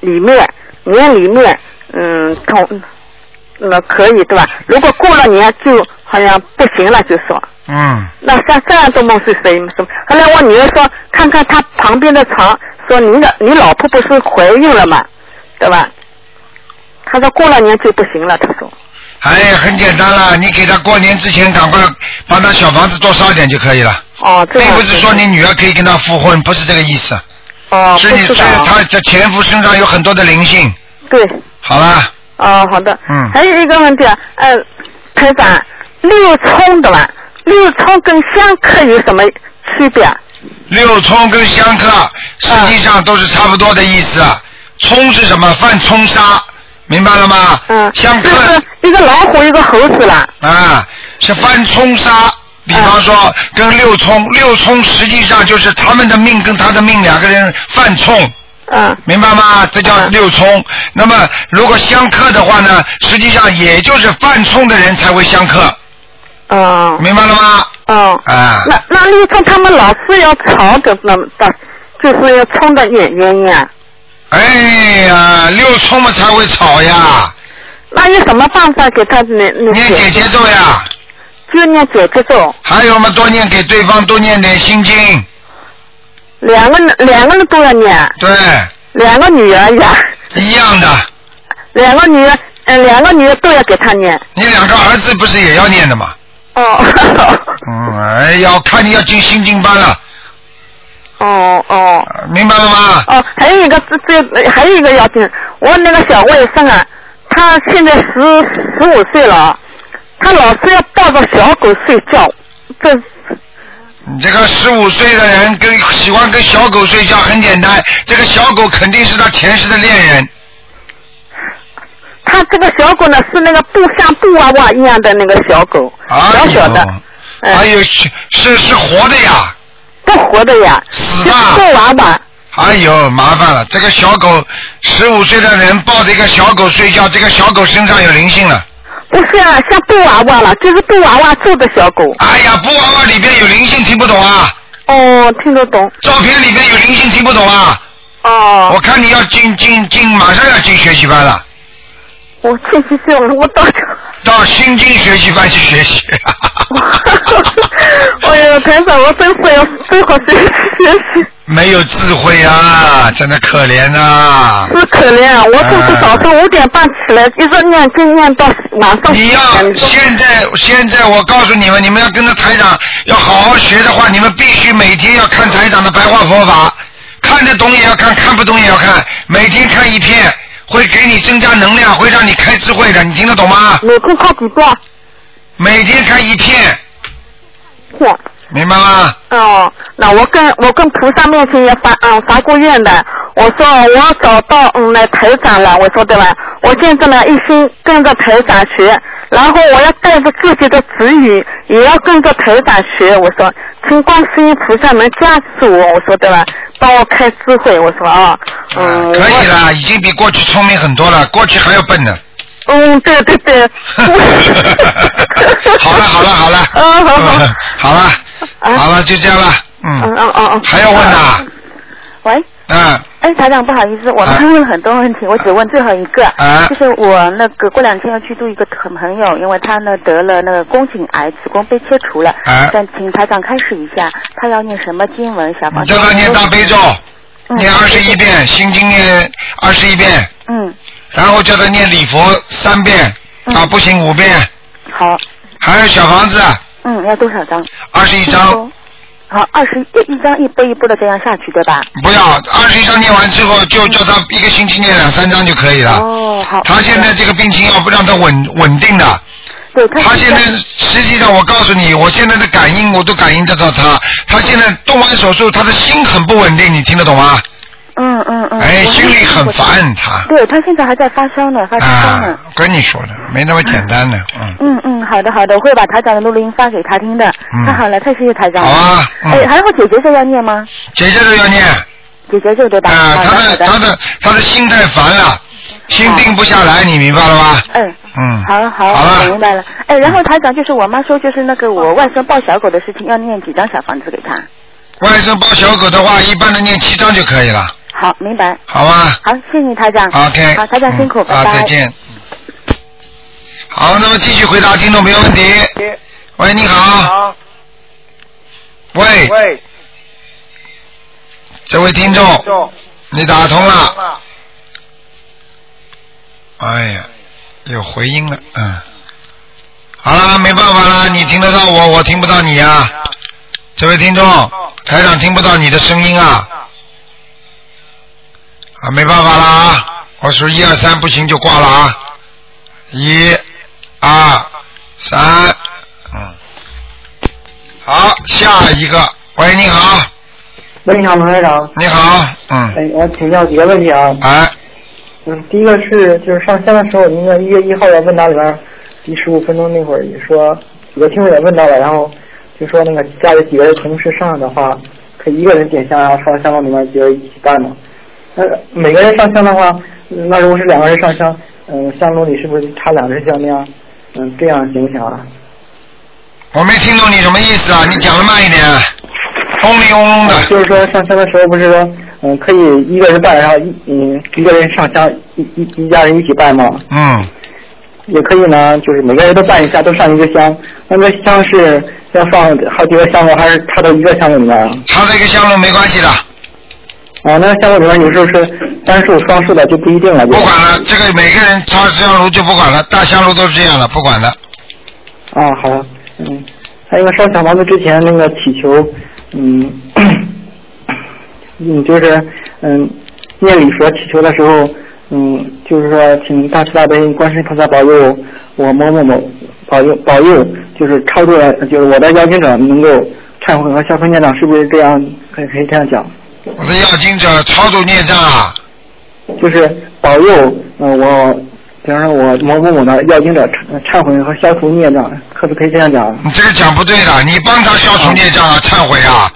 以里面年里面，嗯，同。那可以对吧？如果过了年就好像不行了，就说。嗯，那像这样做梦是谁什么？后来我女儿说，看看她旁边的床，说你的你老婆不是怀孕了吗？对吧？她说过了年就不行了，她说。哎，很简单了，你给他过年之前赶快把他小房子多烧一点就可以了，哦，这并样不子。是说你女儿可以跟他复婚，不是这个意思，哦，是不你知是道啊他的前夫身上有很多的灵性，对。好啦，哦，好的。嗯还有一个问题啊，呃，台长，六冲对吧？六冲跟相克有什么区别啊？六冲跟相克实际上都是差不多的意思，嗯冲是什么？犯冲杀，明白了吗？嗯，相克就是一个老虎，一个猴子啦。啊，是翻冲杀。比方嗯说跟六冲，六冲实际上就是他们的命跟他的命两个人犯冲，嗯，明白吗？这叫嗯六冲。那么如果相克的话呢，实际上也就是犯冲的人才会相克，哦，明白了吗？哦。嗯啊，那那六冲他们老是要吵的，那么的，就是要冲的原原因啊。哎呀，六冲嘛才会吵呀，那有什么办法给他念念念姐解？姐咒呀，就念解这咒，还有嘛多念给对方多念点心经，两个人两个人都要念，对，两个女儿呀，一样的，两个女儿嗯，两个女的都要给他念。你两个儿子不是也要念的吗？哦嗯，哎，要看你要进新进班了，哦哦明白了吗？哦，还有一个这这呃还有一个要紧，我那个小外甥啊，他现在十十五岁了，他老是要抱着小狗睡觉，这你这个十五岁的人跟喜欢跟小狗睡觉很简单，这个小狗肯定是他前世的恋人。他这个小狗呢是那个布像布娃娃一样的那个小狗，哎小呦小的，嗯哎呦，是是是活的呀！不活的呀，死就啊是布娃娃。哎呦，麻烦了，这个小狗十五岁的人抱着一个小狗睡觉，这个小狗身上有灵性了。不是啊，像布娃娃了，就是布娃娃做的小狗。哎呀，布娃娃里边有灵性，听不懂啊！哦，听得懂。照片里边有灵性，听不懂啊！哦我，看你要进进进，马上要进学习班了，我去去去，我到。到新进学习班去学习。 [LAUGHS] 哎呦，台长，我真是要最好学习学习，没有智慧啊，真的可怜呐、是可怜啊！我总是早上五点半起来，一直念经念到晚上嗯你十要点钟。现在现在我告诉你们，你们要跟着台长要好好学的话，你们必须每天要看台长的白话佛法，看得懂也要看，看不懂也要看，每天看一篇，会给你增加能量，会让你开智慧的，你听得懂吗？每天看几遍？每天看一篇，哇明白吗？哦，那我跟我跟菩萨面前也发嗯发过愿的，我说我找到嗯那台长了，我说对吧？我现在呢一心跟着台长学，然后我要带着自己的子女也要跟着台长学，我说请观世音菩萨能加持我，我说对吧？帮我开智慧，我说啊，嗯，可以我啦，已经比过去聪明很多了，过去还要笨呢。嗯，对对 [LAUGHS] 对，我好了好了好了，嗯好好， [LAUGHS] 好啊了好了，就这样了，嗯嗯，嗯嗯嗯，还要问呐，哦喂，嗯哎，台长，不好意思，我啊刚问了很多问题，我只问最后一个，啊就是我那个过两天要去度一个朋朋友，因为他呢得了那个宫颈癌，子宫被切除了，啊，但请台长开始一下，他要念什么经文？小房你子叫他念大悲咒，啊嗯念二十一遍，心经念二十一遍，嗯，然后叫他念礼佛三遍，啊不行五遍，好，还有小房子嗯，要多少张？二十一张，。好，二十一一张一波一波的这样下去，对吧？不要二十一张念完之后就叫他一个星期念两三张就可以了。哦，好。他现在这个病情要不让他稳稳定的，对他现在是实际上我告诉你，我现在的感应我都感应得到他。他现在动完手术，他的心很不稳定，你听得懂吗？嗯嗯嗯。哎，我心里很烦他对他现在还在发烧呢，发烧呢。啊，跟你说的没那么简单的，嗯，嗯嗯，好的好的，我会把台长的录音发给他听的。嗯太好了，太谢谢台长好了。啊，哎，嗯，还有姐姐咒要念吗？姐姐都要念啊，姐姐咒对吧？好他的好啊的的。他的他的心太烦了，心定不下来，你明白了吧？嗯，嗯，好好，好我明了，白了。哎，然后台长就是我妈说，就是那个我外甥抱小狗的事情，要念几张小房子给他。外甥抱小狗的话，一般的念七张就可以了，好，明白。好吧？好，谢谢你台长。 OK，好，台长辛苦，嗯拜拜。啊，再见。好，那么继续回答听众朋友问题。喂，你好，好，喂，喂，这位听听众，众，你打通嗯好了。了，哎呀，有回音了，嗯。好啦，没办法啦，你听得到我，我听不到你啊。这位听众，台长听不到你的声音啊。啊，没办法啦啊，我数一二三，不行就挂了啊。一、二、三，嗯。好，下一个。喂，你好，喂，你好，卢台长。你好，哎，嗯，我请教几个问题啊。哎，嗯，第一个是就是上香的时候，您的一月一号的问答里边，第十五分钟那会儿也说有个听众也问到了，然后就说那个家里几个人同时上的话，可以一个人点香，然后烧香到里面几个人一起拜嘛。那每个人上香的话，嗯那如果是两个人上香，嗯，香炉里是不是插两支香那样？嗯，这样行不行啊？我没听懂你什么意思啊？你讲的慢一点，嗡里嗡嗡的。啊就是说上香的时候不是说，嗯，可以一个人拜，然后一嗯一个人上香，一一一家人一起拜嘛。嗯，也可以呢，就是每个人都办一下，都上一个香。那个香是要放好几个香炉，还是插到一个香炉里面啊？插在一个香炉没关系的。啊，那个香炉里面有时候是单数双数的就不一定了。不不管了，这个每个人烧香炉就不管了，大香炉都是这样的，不管了。啊，好的，嗯，还有一个烧小房子之前那个祈求，嗯，嗯，就是嗯，念礼佛祈求的时候，嗯，就是说，请大慈大悲观世音菩萨保佑我某某某保佑保佑，就是超度了，就是我的邀请者能够忏悔和消除孽障，是不是这样？可以可以这样讲，我的要经者超度孽障啊，就是保佑嗯、我，比方说我某某某的邀请者忏忏悔和消除孽障，可不可以这样讲？你这个讲不对的，你帮他消除孽障啊，忏悔啊，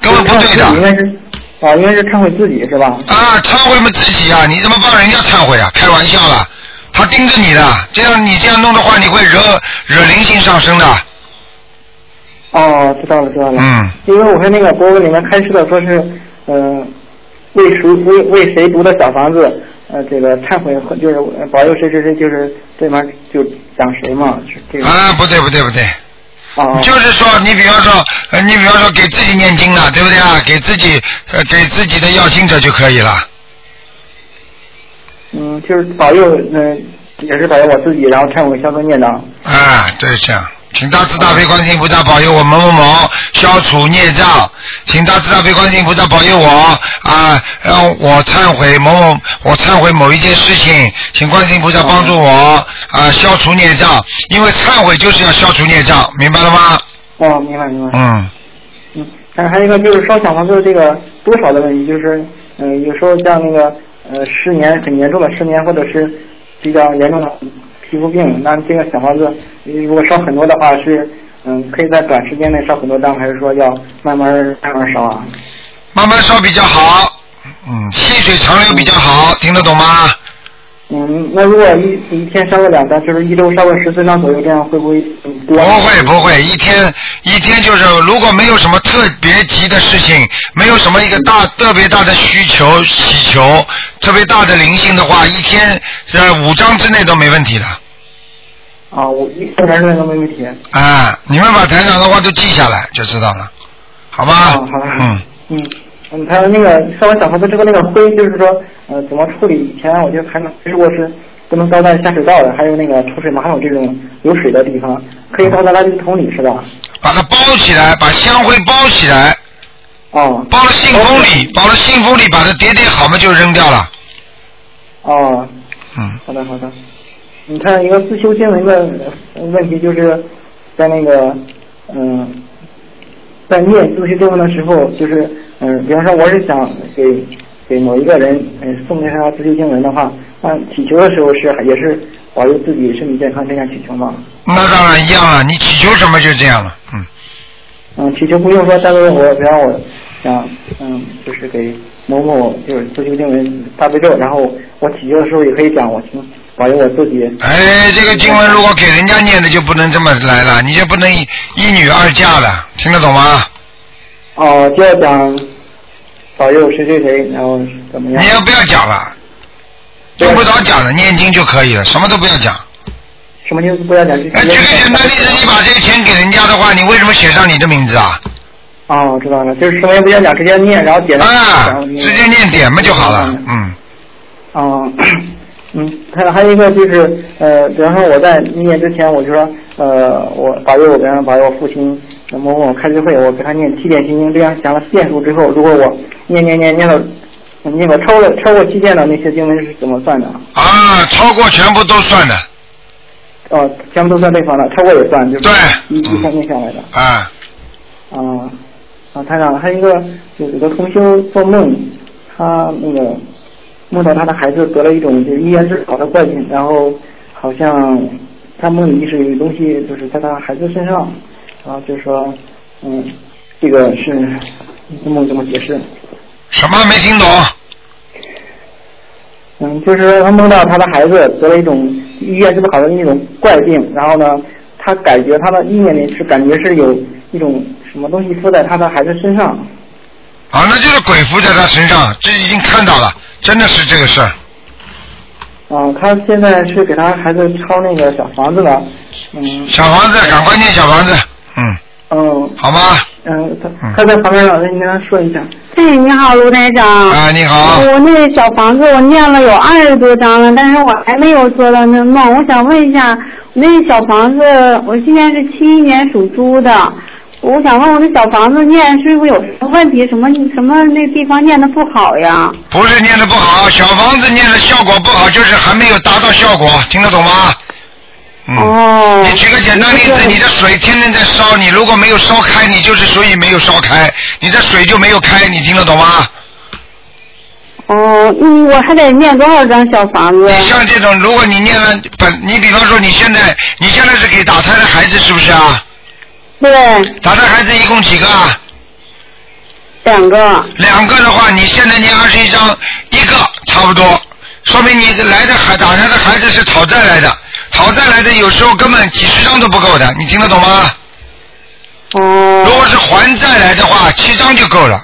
根本不对忏悔自己应的该是啊，应该是忏悔自己是吧？啊，忏悔我们自己啊，你怎么帮人家忏悔啊？开玩笑了，他盯着你的，这样你这样弄的话，你会惹惹灵性上升的。哦，知道了，知道了。嗯。因为我看那个博文里面开示的说是，嗯、为谁为为谁读的小房子，呃，这个忏悔和就是呃保佑谁谁谁，就是这边就讲谁嘛，是这个。啊，不对不对不对。哦。就是说，你比方说，呃你比方说给自己念经了，对不对啊？给自己呃给自己的要经者就可以了。嗯，就是保佑，嗯、也是保佑我自己，然后忏悔消除孽障。啊，对，这样，请大慈大悲观世音菩萨保佑我某某某消除孽障，请大慈大悲观世音菩萨保佑我啊，让我忏悔某某，我忏悔某一件事情，请观世音菩萨帮助我啊消除孽障，因为忏悔就是要消除孽障，明白了吗？哦，明白明白。嗯，但是还有一个就是烧小房子这个多少的问题，就是嗯、呃有时候像那个呃失眠很严重的失眠，或者是比较严重的皮肤病，那这个小房子呃如果烧很多的话是。嗯，可以在短时间内烧很多张，还是说要慢慢慢慢烧啊？慢慢烧比较好，嗯，细水长流比较好，听得懂吗？嗯，那如果一一天烧个两张，就是一周烧个十四张左右，这样会不会嗯多？不会不会，一天一天就是如果没有什么特别急的事情，没有什么一个大特别大的需求祈求，特别大的灵性的话，一天呃五张之内都没问题的。啊，我一正常认都没问题。啊，你们把台长的话都记下来就知道了，好吧？啊好的嗯，嗯嗯，还有那个烧完小房子之后那个灰，就是说呃怎么处理？以前我就还能，如果是不能倒在下水道的，还有那个抽水马桶这种有水的地方，可以倒在垃圾桶里是吧？把它包起来，把香灰包起来，哦包了信封里，包了信封里，把它叠叠好嘛就扔掉了。哦，嗯，好的好的。你看一个自修经文的呃问题，就是在那个嗯、在念自修经文的时候，就是嗯、比方说我是想给给某一个人嗯、送给他自修经文的话，那祈求的时候是也是保佑自己身体健康这样祈求吗？那当然一样了，你祈求什么就这样了，嗯。嗯，祈求不用说，但是我比方我想嗯就是给某某就是自修经文大悲咒，然后我祈求的时候也可以讲我请保佑我自己。哎，这个经文如果给人家念的就不能这么来了，你就不能一一女二嫁了，听得懂吗？哦，就要讲保佑谁谁谁，然后怎么样你？要不要讲了？用不着讲了，念经就可以了，什么都不要讲。什么意思？不要讲这哎，举个简单例子，你把这个钱给人家的话，你为什么写上你的名字啊？哦，我知道了，就是什么也不要讲，直接念，然后点。啊然后，念直接念点嘛就好了。嗯，哦，嗯，还有还有一个就是，呃，比方说我在念之前，我就说，呃，我保佑我，比方说保佑我父亲某某开智慧，我给他念七遍心经，这样讲了遍数之后，如果我念念念念到，念个超了超过七遍的那些经文是怎么算的？啊，超过全部都算的。哦，全部都算对方的，超过也算，就是对一一天念下来的。啊，啊啊，台长，还有一个有有个同修做梦，他那个梦到他的孩子得了一种就是一言治好的怪病，然后好像他梦里意识有东西就是在他孩子身上，然后就说嗯，这个是这梦怎么解释？什么没听懂？嗯，就是他梦到他的孩子得了一种医院治不好的那种怪病，然后呢，他感觉他的意念里是感觉是有一种什么东西附在他的孩子身上。啊，那就是鬼附在他身上，这已经看到了，真的是这个事儿。啊，他现在是给他孩子抄那个小房子了，嗯小房子，赶快念小房子，嗯，嗯，好吗？嗯，他他在旁边老师，你跟他说一下。哎，你好，卢台长。啊，你好。我那小房子我念了有二十多章了，但是我还没有做到那梦。我想问一下，我那小房子，我今年是七一年属猪的，我想问我那小房子念是不是有什么问题？什么什么那地方念的不好呀？不是念的不好，小房子念的效果不好，就是还没有达到效果，听得懂吗？嗯。哦。你举个简单例子，你的水天天在烧，你如果没有烧开，你就是属于没有烧开，你的水就没有开，你听得懂吗？哦，嗯，我还得念多少张小房子？你像这种，如果你念了本，你比方说你现在，你现在是给打胎的孩子是不是啊？对。打胎孩子一共几个啊？两个。两个的话，你现在念二十一张，一个差不多，说明你来的孩打胎的孩子是讨债来的，讨债来的有时候根本几十张都不够的，你听得懂吗？哦。如果是还债来的话，七张就够了。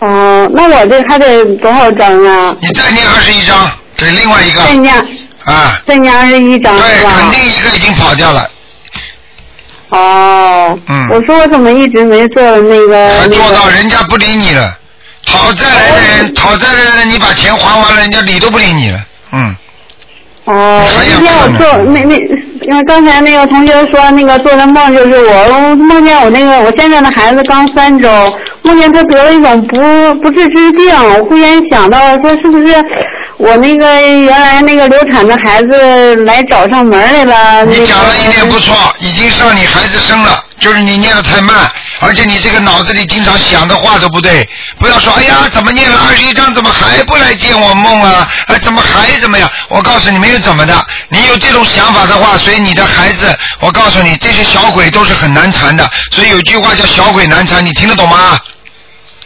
哦，那我这还得多少张啊？你再念二十一张给另外一个。再念啊。再念二十一张是吧？肯定一个已经跑掉了，哦。嗯我说我怎么一直没做那个还那做个？到人家不理你了。讨债来的人，讨债来的人，你把钱还完了，人家理都不理你了。嗯，哦，我那天我做那那，因为刚才那个同学说那个做的梦就是我我梦见我那个我现在的孩子刚三周，梦见他得了一种不不治之病，我忽然想到说是不是我那个原来那个流产的孩子来找上门来了？那你个讲的一点不错，已经让你孩子生了，就是你念的太慢，而且你这个脑子里经常想的话都不对。不要说哎呀，怎么念了二十一章，怎么还不来见我梦啊？哎，怎么还怎么样？我告诉你，没有怎么的。你有这种想法的话，所以你的孩子，我告诉你，这些小鬼都是很难缠的。所以有句话叫小鬼难缠，你听得懂吗？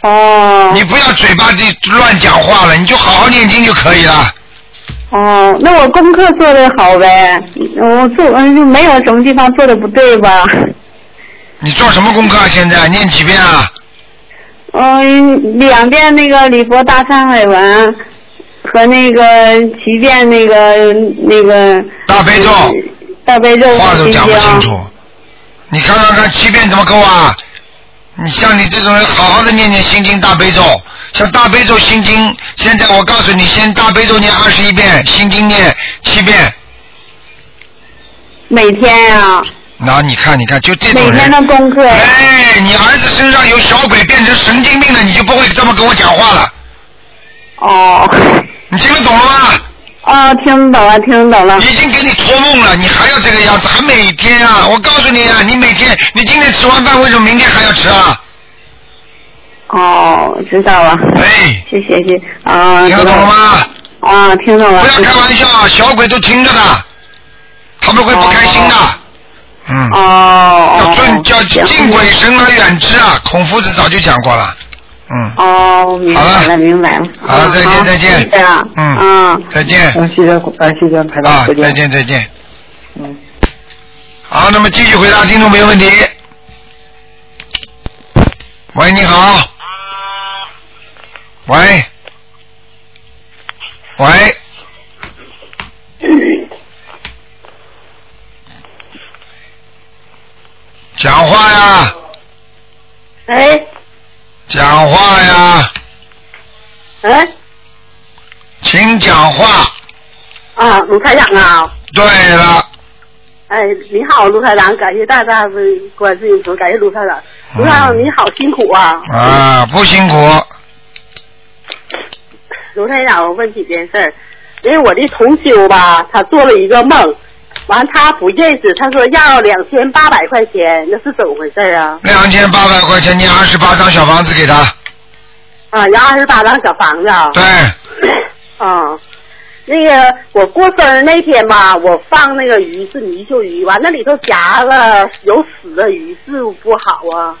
哦。你不要嘴巴里乱讲话了，你就好好念经就可以了。哦，那我功课做的好呗，我做嗯就没有什么地方做的不对吧？你做什么功课啊？现在念几遍啊？嗯，两遍那个礼佛大忏悔文和那个七遍那个那个大悲咒，大悲咒话都心讲不清经。啊楚。你看看看，七遍怎么够啊？你像你这种人，好好的念念心经大悲咒，像大悲咒心经，现在我告诉你，先大悲咒念二十一遍，心经念七遍。每天啊，那你看，你看，就这每种天人，的功课。哎，你儿子身上有小鬼，变成神经病了，你就不会这么跟我讲话了。哦。你听得懂了吗？哦，听懂了，听懂了。已经给你托梦了，你还要这个样子，还每天啊！我告诉你啊，你每天，你今天吃完饭，为什么明天还要吃啊？哦，知道了。哎，谢谢谢啊。听得知道懂了吗？啊，听懂了。不要开玩笑啊，小鬼都听着的，他们会不开心的。嗯。哦要尊叫敬鬼神而远之啊！孔夫子早就讲过了。嗯。哦，明白了，明白了。好了，再见，再见。谢谢啊。嗯。嗯。再见。嗯，谢谢，啊，谢谢排啊长，，再见。再见，再见。嗯。好，那么继续回答听众朋友问题。喂，你好。喂。喂。讲话呀，哎讲话呀，哎请讲话。啊，卢台长啊，对了，哎，你好，卢台长，感谢大大关心，感谢卢台长，嗯卢台长你好辛苦啊，啊，不辛苦。卢台长，我问几件事儿，因为我的同修吧，他做了一个梦，完他不认识，他说要两千八百块钱，那是怎么回事儿啊？两千八百块钱，你二十八张小房子给他。啊，要二十八张小房子啊。对。 [COUGHS] 啊，那个我过生日那天吧，我放那个鱼是泥鳅鱼，完那里头夹了有死的鱼，是不是不好啊？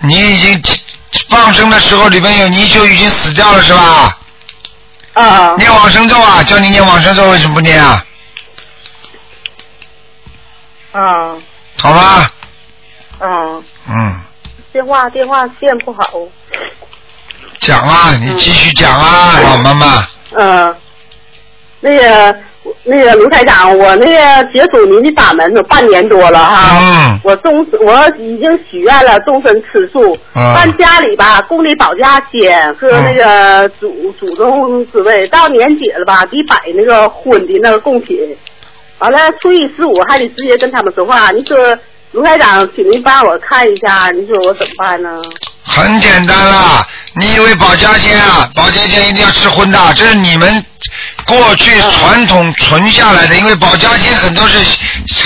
你已经放生的时候，里面有泥鳅已经死掉了是吧？啊。念往生咒啊，叫你念往生咒，为什么不念啊？啊好吧，啊，嗯，电话电话线不好。讲啊，你继续讲啊，老妈妈。呃嗯、那个我那个卢台长，我那个解锁您的法门有半年多了哈，嗯我终我已经许愿了，终身吃素，嗯但家里吧供的保家仙和那个祖、祖宗之位，到年节了吧得摆那个荤的那个贡品，完了初一十五还得直接跟他们说话，你说卢台长，请您帮我看一下，你说我怎么办呢？很简单啦，你以为保家仙啊？保家仙一定要吃荤的，啊这是你们过去传统存下来的。因为保家仙很多是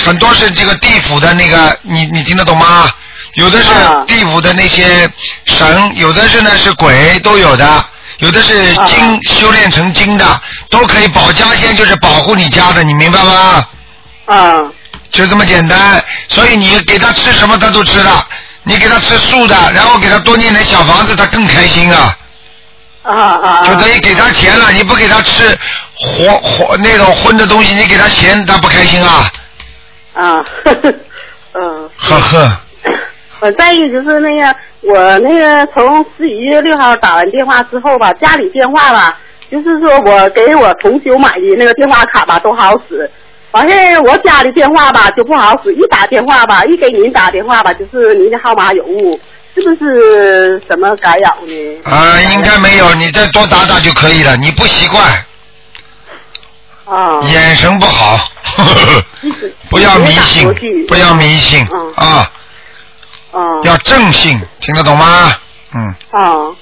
很多是这个地府的那个，你你听得懂吗？有的是地府的那些神，有的是呢是鬼，都有的。有的是精修炼成精的，都可以保家仙，就是保护你家的，你明白吗？啊，就这么简单。所以你给他吃什么，他都吃的。你给他吃素的，然后给他多念点小房子，他更开心啊。啊啊！就等于给他钱了，你不给他吃活活那种荤的东西，你给他钱，他不开心啊。啊， [LAUGHS] 呵呵嗯。呵呵，我再一个就是那个，我那个从十一月六号打完电话之后吧，家里电话吧，就是说我给我同修买的那个电话卡吧都好使，完事儿我家的电话吧就不好使，一打电话吧，一给您打电话吧，就是您的号码有误，是不是什么干扰呢？啊，应该没有，你再多打打就可以了。你不习惯，啊，眼神不 [LAUGHS] 好，呵呵呵不要迷信，不要迷信嗯啊，啊。要正信，听得懂吗？嗯，啊，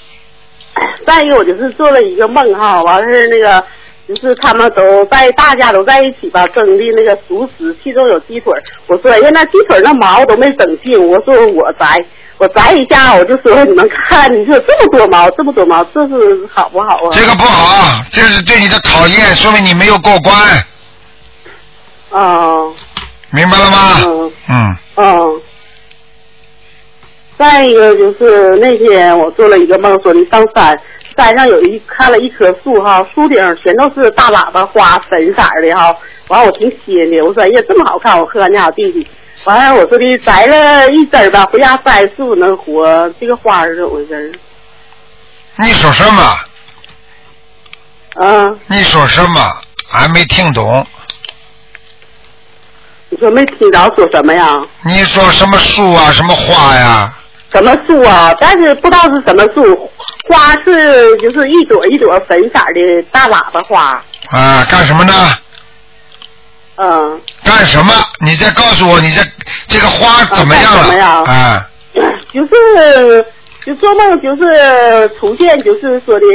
再一个我就是做了一个梦哈，完事儿那个就是他们都在大家都在一起吧蒸的那个熟食，其中有鸡腿儿。我说哎呀，那鸡腿儿那毛都没整净，我说我摘，我摘一下，我就说你们看，你说这么多毛，这么多毛，这是好不好啊？这个不好，这是对你的考验，说明你没有过关，啊，明白了吗？嗯嗯，嗯。再一个就是那天我做了一个梦，说你上山，山上有一看了一棵树哈，树顶儿全都是大喇叭花，粉色儿的哈。完我挺新的，我说哎呀这么好看，我和俺家小弟弟。完了我说的摘了一枝儿吧，回家摘是不是能活？这个花儿是怎么回事儿？你属什么？嗯，你属什么？还没听懂。你说没听着说什么呀？你属什么树啊？什么花呀？什么树啊？但是不知道是什么树，花是就是一朵一朵粉色儿的大喇叭花，啊，干什么呢？嗯。干什么？你再告诉我，你这这个花怎么样啊干什么了？呀啊，就是就做梦，就是出现，就是说的，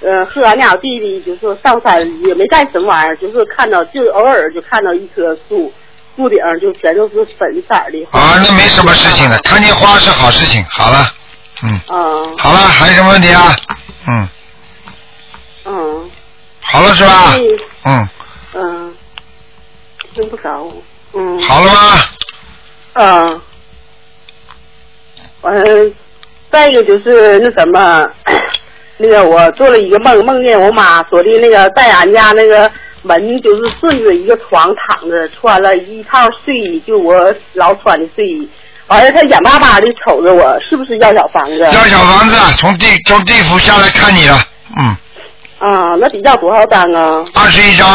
呃，和俺俩弟弟就是上山也没干什么玩意儿，就是看到，就偶尔就看到一棵树，树顶儿就全都是粉色儿的。啊，那没什么事情的，看见花是好事情。好了，嗯，嗯好了，还有什么问题啊？嗯，嗯好了是吧？嗯嗯，嗯，听不着，嗯。好了吗？嗯，嗯，再一个就是那什么， [CLEARS THROAT] 那个我做了一个梦，梦见我妈说的那个在俺家那个门就是顺着一个床躺着，穿了一套睡衣，就我老穿的睡衣。完了，她眼巴巴的瞅着我，是不是要小房子？要小房子啊从地从地府下来看你了，嗯，啊、那得要多少张啊？二十一张，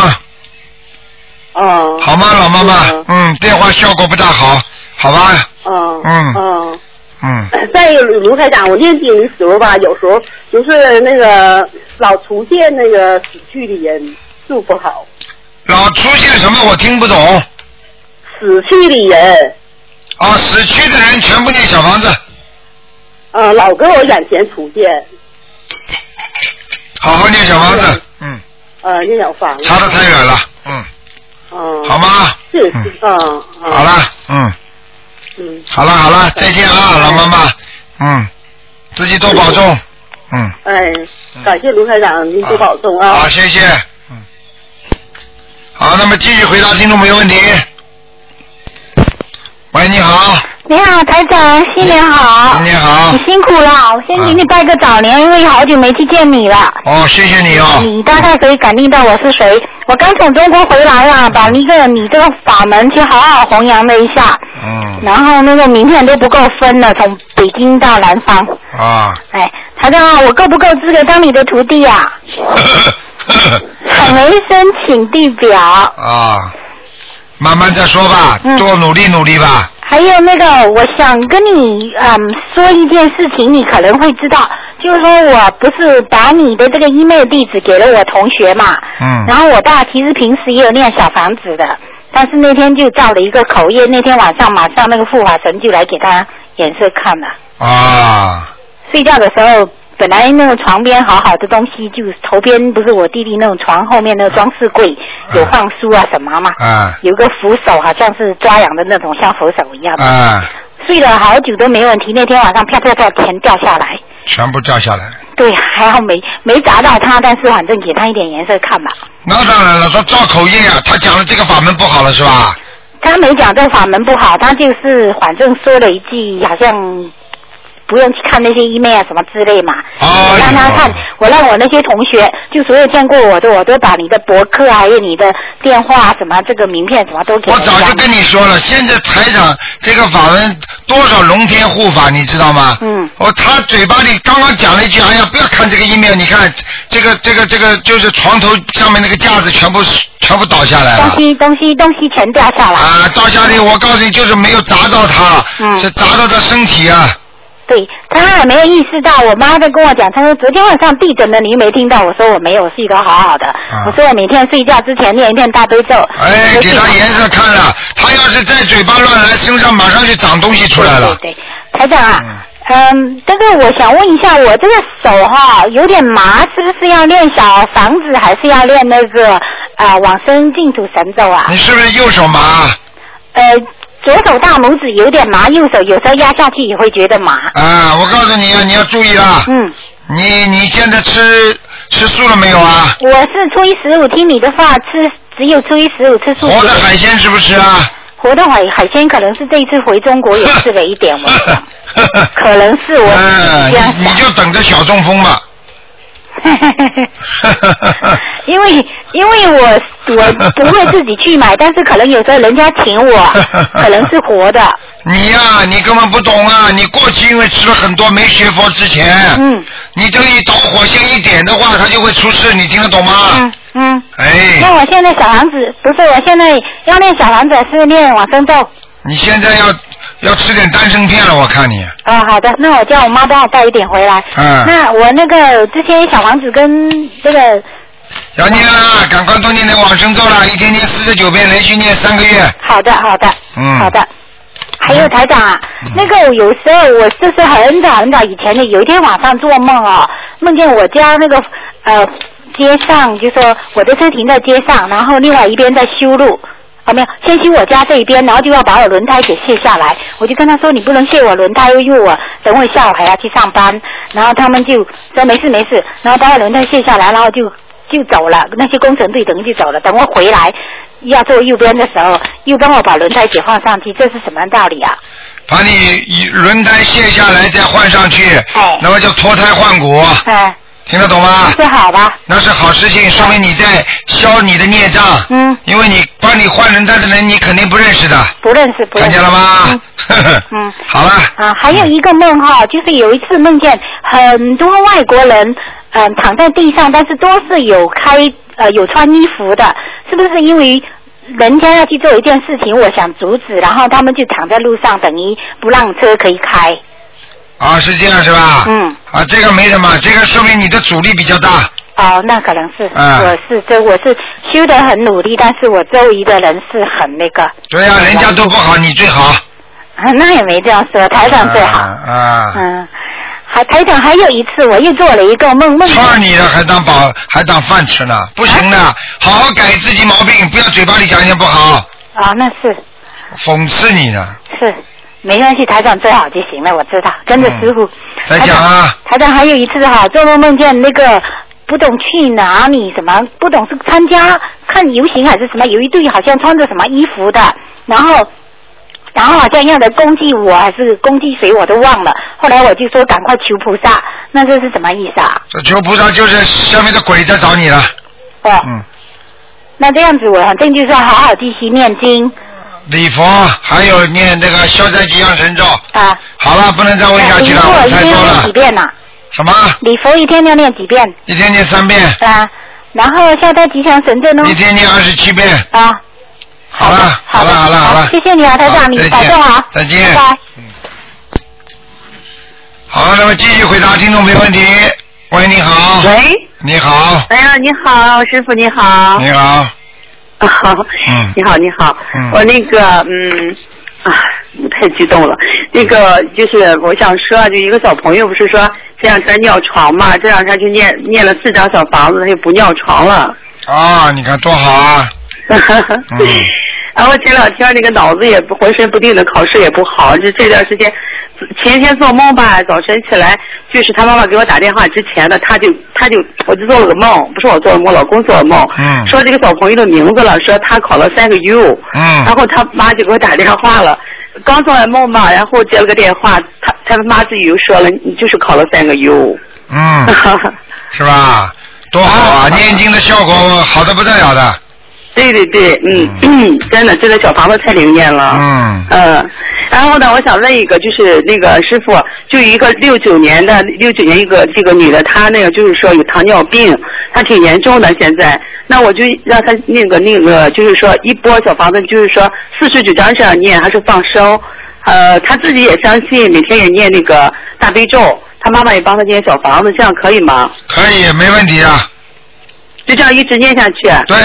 嗯，好吗，老妈妈？嗯，电话效果不大好，好吧？嗯嗯嗯。嗯，再一个，卢台长，我念经的时候吧，有时候就是那个老出现那个死去的人，就不好。老出现什么我听不懂。死去的人。啊，死去的人全部念小房子。呃，老搁我眼前出现，好好念小房子，嗯呃，念小房子。差得太远了，嗯，嗯。好吗？是是，嗯。好了，嗯，嗯。好了好了，再见啊，老妈妈，嗯，自己多保重，嗯，哎，感谢卢台长，您多保重啊。好，谢谢，嗯，好，那么继续回答听众朋友问题。喂，你好，你好，台长，新年好。新年好你辛苦了，我先给你拜个早年，因为好久没去见你了。哦，谢谢你 [LAUGHS] 哦，你嗯大概可以感应到我是谁。我刚从中国回来了，把那个你这个法门去好好弘扬了一下，嗯，然后那个名片都不够分了，从北京到南方。啊，啊 [LAUGHS] 哎，台长，我够不够资格当你的徒弟呀、请啊为生，请地表。啊，慢慢再说吧，嗯多努力努力吧。还有那个，我想跟你嗯说一件事情，你可能会知道，就是说我不是把你的这个 email 地址给了我同学嘛，嗯然后我爸其实平时也有念小房子的，但是那天就造了一个口业，那天晚上马上那个护法神就来给他颜色看了，啊，睡觉的时候。本来那个床边好好的东西，就头边不是我弟弟那种床后面那个装饰柜有放书啊什么嘛，啊有个扶手，好像是抓痒的那种，像扶手一嗯样的。啊，睡了好久都没问题，那天晚上啪啪啪钱掉下来，全部掉下来。对，还好没没砸到他，但是反正给他一点颜色看吧。那当然了，他造口业啊，他讲了这个法门不好了是吧？他没讲这个法门不好，他就是反正说了一句，好像不用去看那些 email 啊什么之类嘛。哎我让他看，我让我那些同学，就所有见过我的，我都把你的博客啊还有你的电话啊什么这个名片什么都给我人家早就跟你说了，现在台长这个法门多少龙天护法，你知道吗？嗯。我他嘴巴里刚刚讲了一句，哎呀，不要看这个 email，你看这个这个这个就是床头上面那个架子全部全部倒下来了东。西东西东西全掉下来。啊，倒下来，我告诉你，就是没有砸到他，嗯是砸到他身体啊。对他还没有意识到，我妈在跟我讲，她说昨天晚上地震了，你没听到？我说我没有，我睡得好好的。我说我每天睡觉之前念一遍大悲咒。啊哎，给他颜色看了，他要是在嘴巴乱来，身上马上就长东西出来了。对对对，台长啊，嗯，但是我想问一下，我这个手哈、有点麻，是不是要练小房子，还是要练那个呃往生净土神咒啊？你是不是右手麻？呃，左手大拇指有点麻，右手有时候压下去也会觉得麻。啊，我告诉你啊，你要注意啦。嗯。你你现在吃吃素了没有啊？我是初一十五听你的话，吃只有初一十五吃素。活的海鲜吃不吃啊？活的海海鲜可能是这一次回中国也吃了一点， [LAUGHS] 我想， [LAUGHS] 可能是我嗯、这样你你就等着小中风吧。因为因为我我不会自己去买，但是可能有时候人家请我，可能是活的。你呀、你根本不懂啊！你过去因为吃了很多没学佛之前，嗯，你这一导火线一点的话，它就会出事，你听得懂吗？嗯嗯。哎，那我现在小房子不是，我现在要练小房子还是练往生咒？你现在要要吃点丹参片了，我看你。啊，好的，那我叫我妈帮我带一点回来。嗯那我那个之前小房子跟这个要念啦，赶快多念点往生咒啦，一天念四十九遍，连续念三个月。好的，好的，嗯好的。还有台长啊，那个我有时候我就是很早很早以前的，有一天晚上做梦哦，梦见我家那个呃街上，就说我的车停在街上，然后另外一边在修路。啊，没有，先修我家这一边，然后就要把我轮胎给卸下来。我就跟他说，你不能卸我轮胎，因为我等会下午还要去上班。然后他们就说没事没事，然后把我轮胎卸下来，然后就就走了。那些工程队等于就走了。等我回来要坐右边的时候，又帮我把轮胎解放上去，这是什么道理啊？把你以轮胎卸下来再换上去，那么叫脱胎换骨。哎，听得懂吗？这好吧？那是好事情，说明你在消你的孽障。嗯。因为你帮你换轮胎的人，你肯定不认识的。不认识，不看认识。见了吗？ [LAUGHS] 嗯。好了。啊，还有一个梦哈，嗯就是有一次梦见很多外国人，嗯、躺在地上，但是都是有开呃有穿衣服的，是不是因为人家要去做一件事情，我想阻止，然后他们就躺在路上，等于不让车可以开。啊，是这样是吧？嗯。啊，这个没什么，这个说明你的阻力比较大。哦，那可能是，啊我是这我是修得很努力，但是我周围的人是很那个，对呀、人家都不好，你最好。啊那也没这样说，台长最好。啊。啊嗯，还台长还有一次，我又做了一个梦，梦见二你的还当嗯饱还当饭吃呢，不行哎的，好好改自己毛病，不要嘴巴里讲一些不好，啊，那是讽刺你呢。是，没关系，台长最好就行了，我知道，跟着师傅。再讲啊，台长还有一次哈，做梦梦见那个不懂去哪里，什么不懂是参加看游行还是什么，有一对好像穿着什么衣服的，然后。然后好像要来攻击我，还是攻击谁，我都忘了。后来我就说赶快求菩萨，那这是什么意思啊？这求菩萨就是下面的鬼在找你了。哦，嗯，那这样子我反正就是要好好继续念经。礼佛还有念那个消灾吉祥神咒。啊。好了，不能再问下去了，那问礼佛一太天多要念了几。遍呐、什么？礼佛一天要念几遍？一天念三遍。啊，然后消灾吉祥神咒呢？一天念二十七遍。啊，好了，好了，好了，好了谢。谢你啊，台长，你再保见重啊，再见拜拜。好，那么继续回答听众朋友问题。喂，你好。喂。你好，哎呀，你好，师傅你好。你好。好，嗯 [LAUGHS] 你好，你好，嗯我那个，嗯，啊，太激动了。那个就是我想说啊，就一个小朋友不是说这两天尿床嘛，这两天就念念了四张小房子，他就不尿床了。啊，你看多好啊！嗯然后前两天那个脑子也不浑身不定的，考试也不好，就这段时间，前天做梦吧，早晨起来就是他妈妈给我打电话之前的，他就他就我就做了个梦，不是我做的梦，老公做的梦，嗯说这个小朋友的名字了，说他考了三个 U，嗯然后他妈就给我打电话了，刚做完梦嘛，然后接了个电话，他他妈自己又说了，你就是考了三个 U， [LAUGHS] 嗯，是吧？多好啊！念经的效果好的不得了的。对对对，嗯， [COUGHS] 真的，这个小房子太灵验了。嗯。嗯，然后呢，我想问一个，就是那个师傅，就一个六九年的六九年一个这个女的，她那个就是说有糖尿病，她挺严重的现在。那我就让她那个那个，就是说一波小房子，就是说四十九章这样念，还是放生？呃，她自己也相信，每天也念那个大悲咒，她妈妈也帮她念小房子，这样可以吗？可以，没问题啊。就这样一直念下去。对，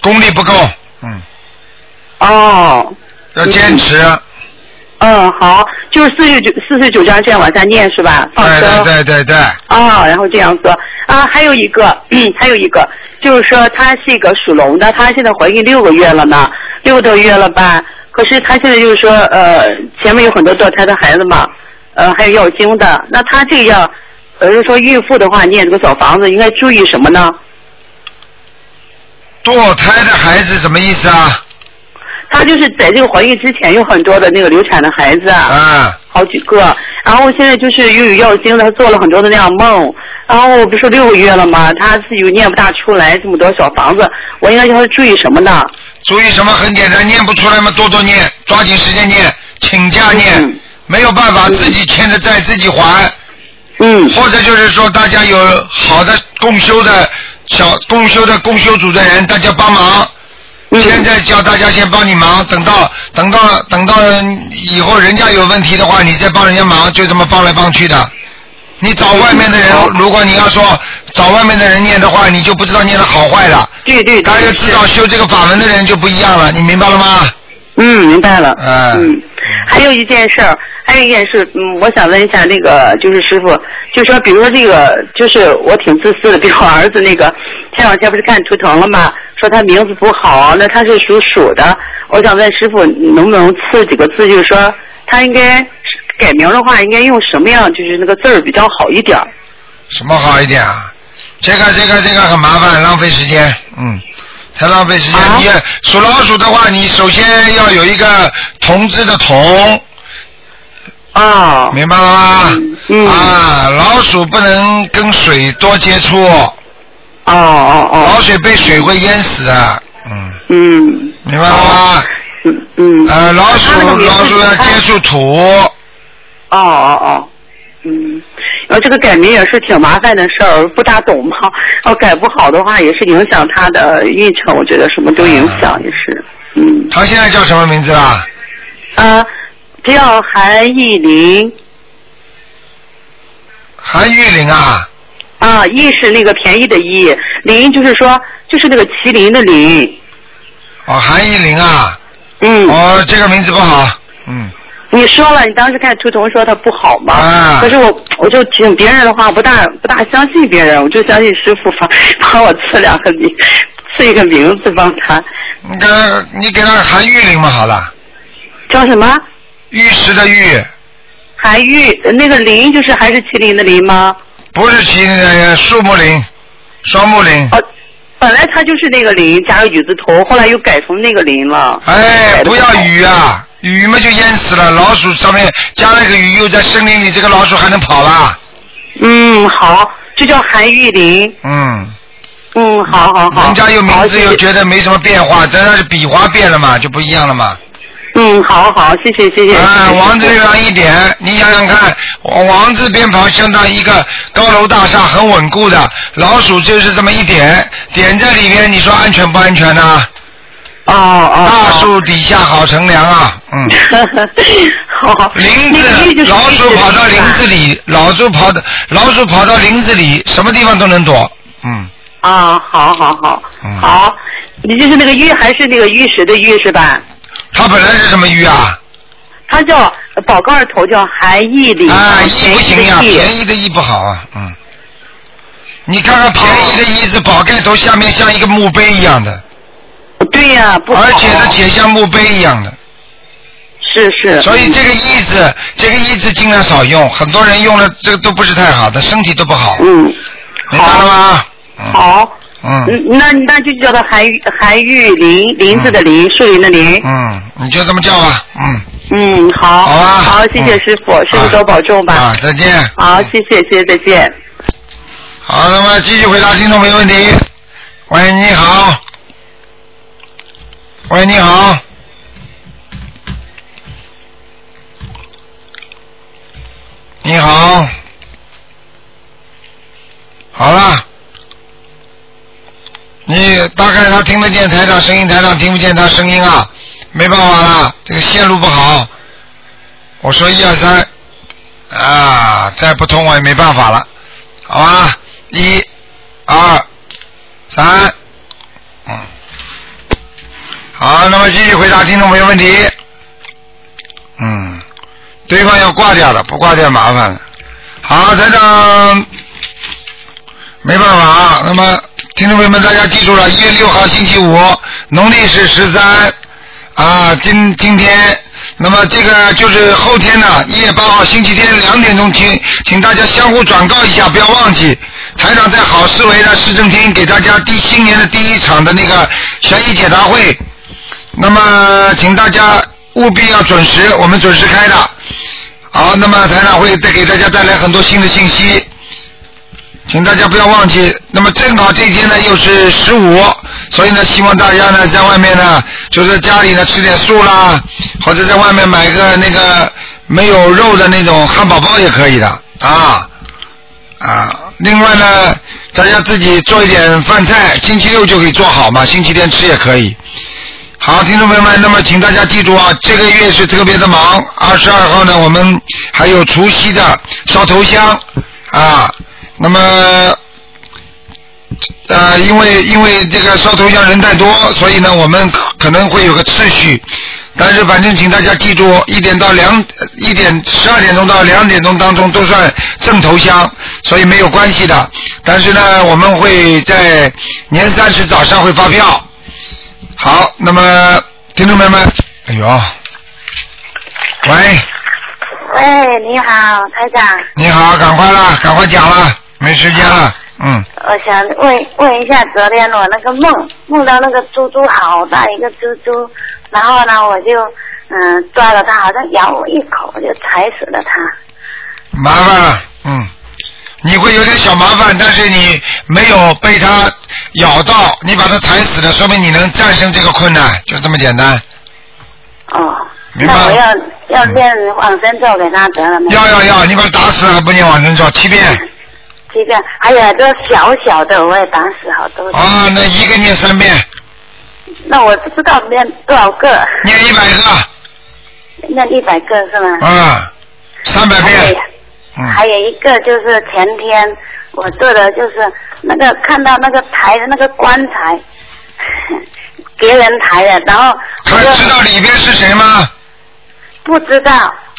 功力不够，嗯。哦。要坚持。嗯，好，就是四十九四十九章这样往下念是吧？放对生。对对对对，啊、然后这样说啊，还有一个， [CLEARS THROAT] 还有一个，就是说她是一个属龙的，她现在怀孕六个月了呢，六个多月了吧？可是她现在就是说，呃，前面有很多堕胎的孩子嘛，呃，还有要经的，那她这样，呃，就说孕妇的话念这个小房子应该注意什么呢？堕胎的孩子什么意思啊？她就是在这个怀孕之前有很多的那个流产的孩子啊，啊好几个，然后现在就是又有药精的，她做了很多的那样梦，然后我不是六个月了吗？她自己又念不大出来这么多小房子，我应该叫她注意什么呢？注意什么？很简单，念不出来嘛，多多念，抓紧时间念，请假念，没有办法，自己欠的债自己还。嗯。或者就是说，大家有好的共修的小共修的共修组的人，大家帮忙。嗯现在叫大家先帮你忙，等到等到等到以后人家有问题的话，你再帮人家忙，就这么帮来帮去的。你找外面的人，哦如果你要说找外面的人念的话，你就不知道念的好坏了。对对，大家知道修这个法门的人就不一样了，你明白了吗？嗯，明白了。嗯。还有一件事儿，还有一件事，嗯，我想问一下那个，就是师傅，就说比如说这个，就是我挺自私的，比如我儿子那个前两天不是看图腾了吗？说他名字不好，那他是属鼠的，我想问师傅能不能赐几个字，就是说他应该改名的话，应该用什么样，就是那个字儿比较好一点儿。什么好一点啊？这个这个这个很麻烦，浪费时间，嗯，太浪费时间。啊你也属老鼠的话，你首先要有一个同字的同。啊。明白了吗？嗯。啊，老鼠不能跟水多接触。哦哦哦。老水被水会淹死啊。嗯。明白了吗？嗯嗯。呃，老鼠老鼠要接触土。哦哦哦，嗯，然后这个改名也是挺麻烦的事儿，不大懂嘛。 [LAUGHS] 要改不好的话，也是影响他的运程，我觉得什么都影响，也是。嗯。他现在叫什么名字啊？啊，叫韩意林韩玉玲啊。啊，意是那个便宜的意，林就是说就是那个麒麟的麟。哦，韩玉玲啊。嗯。哦，这个名字不好。嗯。你说了，你当时看图腾说他不好嘛，啊可是我我就听别人的话，不大不大相信别人，我就相信师傅帮 [LAUGHS] 帮我赐两个名，赐一个名字帮他。你给他你给他韩玉玲嘛好了。叫什么？玉石的玉，韩玉，那个林就是还是麒麟的麟吗？不是麒麟的呃树木林，双木林。本来他就是那个林，加个雨字头，后来又改成那个林了。哎，不要雨啊，雨嘛就淹死了。老鼠上面加了个雨，又在森林里，这个老鼠还能跑啦？嗯，好，就叫韩玉林。嗯，嗯，好好好。人家有名好字又谢谢觉得没什么变化，咱要是笔画变了嘛，就不一样了嘛。嗯，好好，谢谢谢谢。啊，王字月亮一点，你想想看，王字边旁相当一个高楼大厦，很稳固的，老鼠就是这么一点，点在里面，你说安全不安全呢、哦哦，大树底下好乘凉啊，嗯。好 [LAUGHS] 好。林子，老鼠跑到林子里，老鼠跑到老鼠跑到林子里，什么地方都能躲。嗯，啊，好好好，好，你就是那个玉，还是那个玉石的玉是吧？它本来是什么玉啊？它叫宝盖头，叫韩义礼。啊，便一不行呀、的义便宜的一不好啊，嗯。你看看便宜的一是宝盖头下面像一个墓碑一样的，对呀、不好。而且它且像墓碑一样的。是是。所以这个一字，这个一字尽量少用，很多人用了这个都不是太好的，身体都不好。嗯。明白了吗？好。嗯，那那就叫它韩玉韩玉林林子的林，树林的林。嗯，你就这么叫吧，嗯。嗯，好。好啊。好，谢谢师傅，师傅多保重吧。啊，再见。好，谢谢，谢谢，再见。好，那么继续回答听众朋友问题。喂，你好。喂，你好。你好。好了。你大概他听得见台长声音，台长听不见他声音啊，没办法啦，这个线路不好。我说一二三，啊，再不通我也没办法了。好吧，一、二、三，嗯，好，那么继续回答听众朋友问题。嗯，对方要挂掉了，不挂掉麻烦了。好，台长，没办法啊。那么，听众朋友们，大家记住了，一月六号星期五，农历是十三啊，今今天。那么这个就是后天呢，一月八号星期天两点钟，请请大家相互转告一下，不要忘记。台长在好思维的市政厅给大家第新年的第一场的那个悬疑解答会，那么请大家务必要准时，我们准时开的。好，那么台长会再给大家带来很多新的信息，请大家不要忘记。那么正好这一天呢又是十五，所以呢希望大家呢在外面呢，就是家里呢吃点素啦，或者在外面买个那个没有肉的那种汉堡包也可以的啊啊。另外呢，大家自己做一点饭菜，星期六就可以做好嘛，星期天吃也可以。好，听众朋友们，那么请大家记住啊，这个月是特别的忙。二十二号呢，我们还有除夕的烧头香啊。那么，呃，因为因为这个烧头香人太多，所以呢，我们可能会有个次序。但是反正请大家记住，一点到两一点十二点钟到两点钟当中都算正头香，所以没有关系的。但是呢，我们会在年三十早上会发票。好，那么听众朋友们，哎呦，喂，喂，你好，台长，你好，赶快啦，赶快讲啦，没时间了，嗯，我想问问一下，昨天我那个梦梦到那个猪猪好大一个猪猪，然后呢，我就嗯抓了它，好像咬我一口，我就踩死了它。麻烦了，嗯，你会有点小麻烦，但是你没有被它咬到，你把它踩死了，说明你能战胜这个困难，就这么简单。哦，明白那我要要练往生咒给它得了没有？要要要，你把它打死还不念往生咒七遍这个还有这小小的我也打死好多。啊，那一个念三遍，那我不知道念多少个。念一百个。 [LAUGHS] 念一百个是吗？啊，三百遍，嗯还有一个就是前天我做的就是那个看到那个抬的那个棺材， [LAUGHS] 别人抬的，然后还知道里边是谁吗？不知道，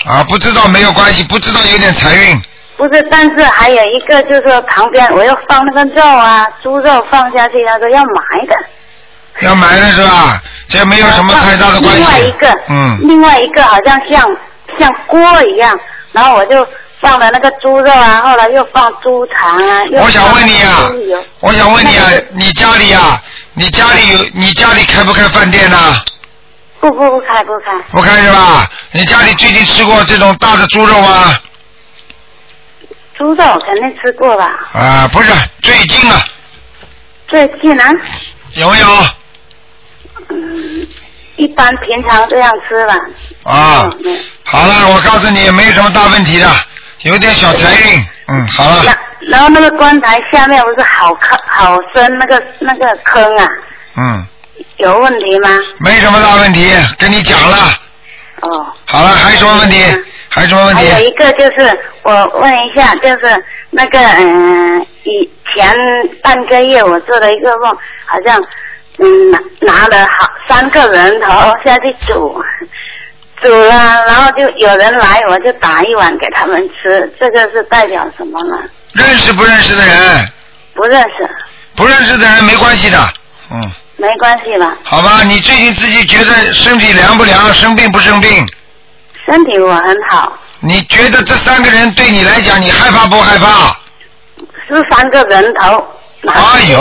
啊，不知道没有关系，不知道有点财运，不是，但是还有一个就是说旁边我又放那个肉啊，猪肉放下去，他说要埋的。要埋了是吧？这没有什么太大的关另外一系。个，嗯另外一个好像像像锅一样，然后我就放了那个猪肉啊，后来又放猪肠啊。我想问你啊，我想问你啊，你家里啊，你家里有你家里开不开饭店呐、不不不开不开，不开是吧？你家里最近吃过这种大的猪肉吗？猪肉肯定吃过吧？啊，不是，最近啊，最近啊，有没有？一般平常这样吃吧。啊，好了，我告诉你，没什么大问题的，有点小财运，嗯，好了，然然后那个棺材下面不是好坑好深那个那个坑啊，嗯，有问题吗？没什么大问题，跟你讲了，哦，好了，还有什么问题？还有什么问还有一题？个就是我问一下，就是那个嗯，以前半个月我做了一个梦，好像嗯拿拿了好三个人头下去煮。煮了，然后就有人来，我就打一碗给他们吃，这个是代表什么呢？认识不认识的人，不认识，不认识的人没关系的，没关系吧？好吧？你最近自己觉得身体凉不凉，生病不生病？身体我很好，你觉得这三个人对你来讲，你害怕不害怕？是三个人头哎呦，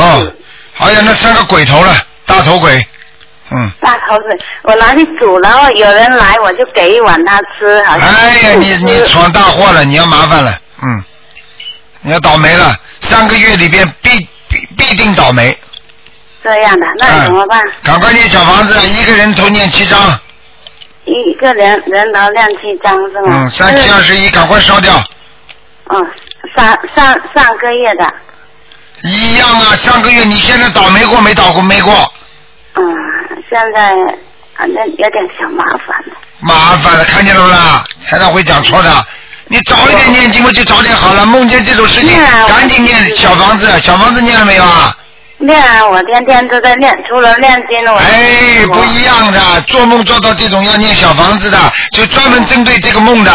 哎呀，那三个鬼头了，大头鬼，大头水，我拿去煮，然后有人来我就给一碗他吃，好像。哎呀，你你闯大祸了，你要麻烦了，嗯，你要倒霉了，三个月里边必必必定倒霉，嗯这样的，那怎么办？哎赶快念小房子，一个人头念七张，一个人人头亮七张是吗？嗯，三七是二十一，赶快烧掉，嗯，上上上个月的，一样啊，上个月你现在倒霉过没倒过？没过，现在反正有点小麻烦。麻烦了，看见了不啦？台长会讲错的。你早一点念经不就早点好了？梦见这种事情，赶紧念小房子，小房子念了没有啊？练啊我天天都在练，除了练经我。哎，不一样的，做梦做到这种要念小房子的，就专门针对这个梦的。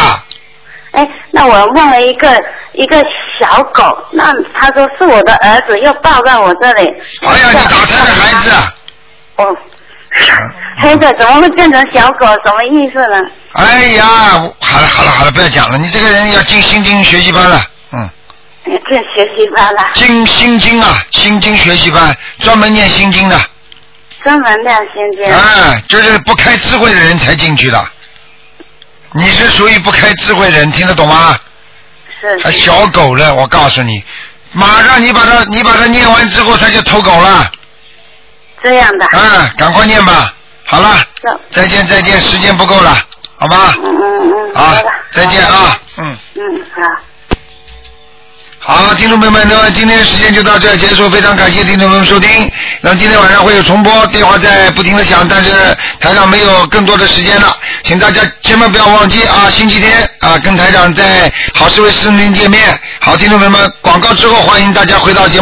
哎，那我梦了一个一个小狗，那他说是我的儿子，又抱在我这里。哎呀，你打他的孩子。啊嗯哦。 [LAUGHS] 黑的怎么会变成小狗？什么意思呢？哎呀，好了好了好了，不要讲了，你这个人要进心经学习班了，嗯，也变学习班了，经心经啊，心经学习班专门念心经的，专门练心经。哎，就是不开智慧的人才进去的。你是属于不开智慧的人，听得懂吗？是。还小狗了，我告诉你，马上你把它你把它念完之后，它就偷狗了。这样的。嗯，赶快念吧。好了，再见再见，时间不够了，好吧？嗯嗯嗯。啊，再见啊，嗯。嗯，好。好，听众朋友们，那么今天时间就到这儿结束，非常感谢听众朋友们收听。那么今天晚上会有重播，电话在不停的响，但是台长没有更多的时间了，请大家千万不要忘记啊，星期天啊跟台长在好市委森林见面。好，听众朋友们，广告之后欢迎大家回到节目。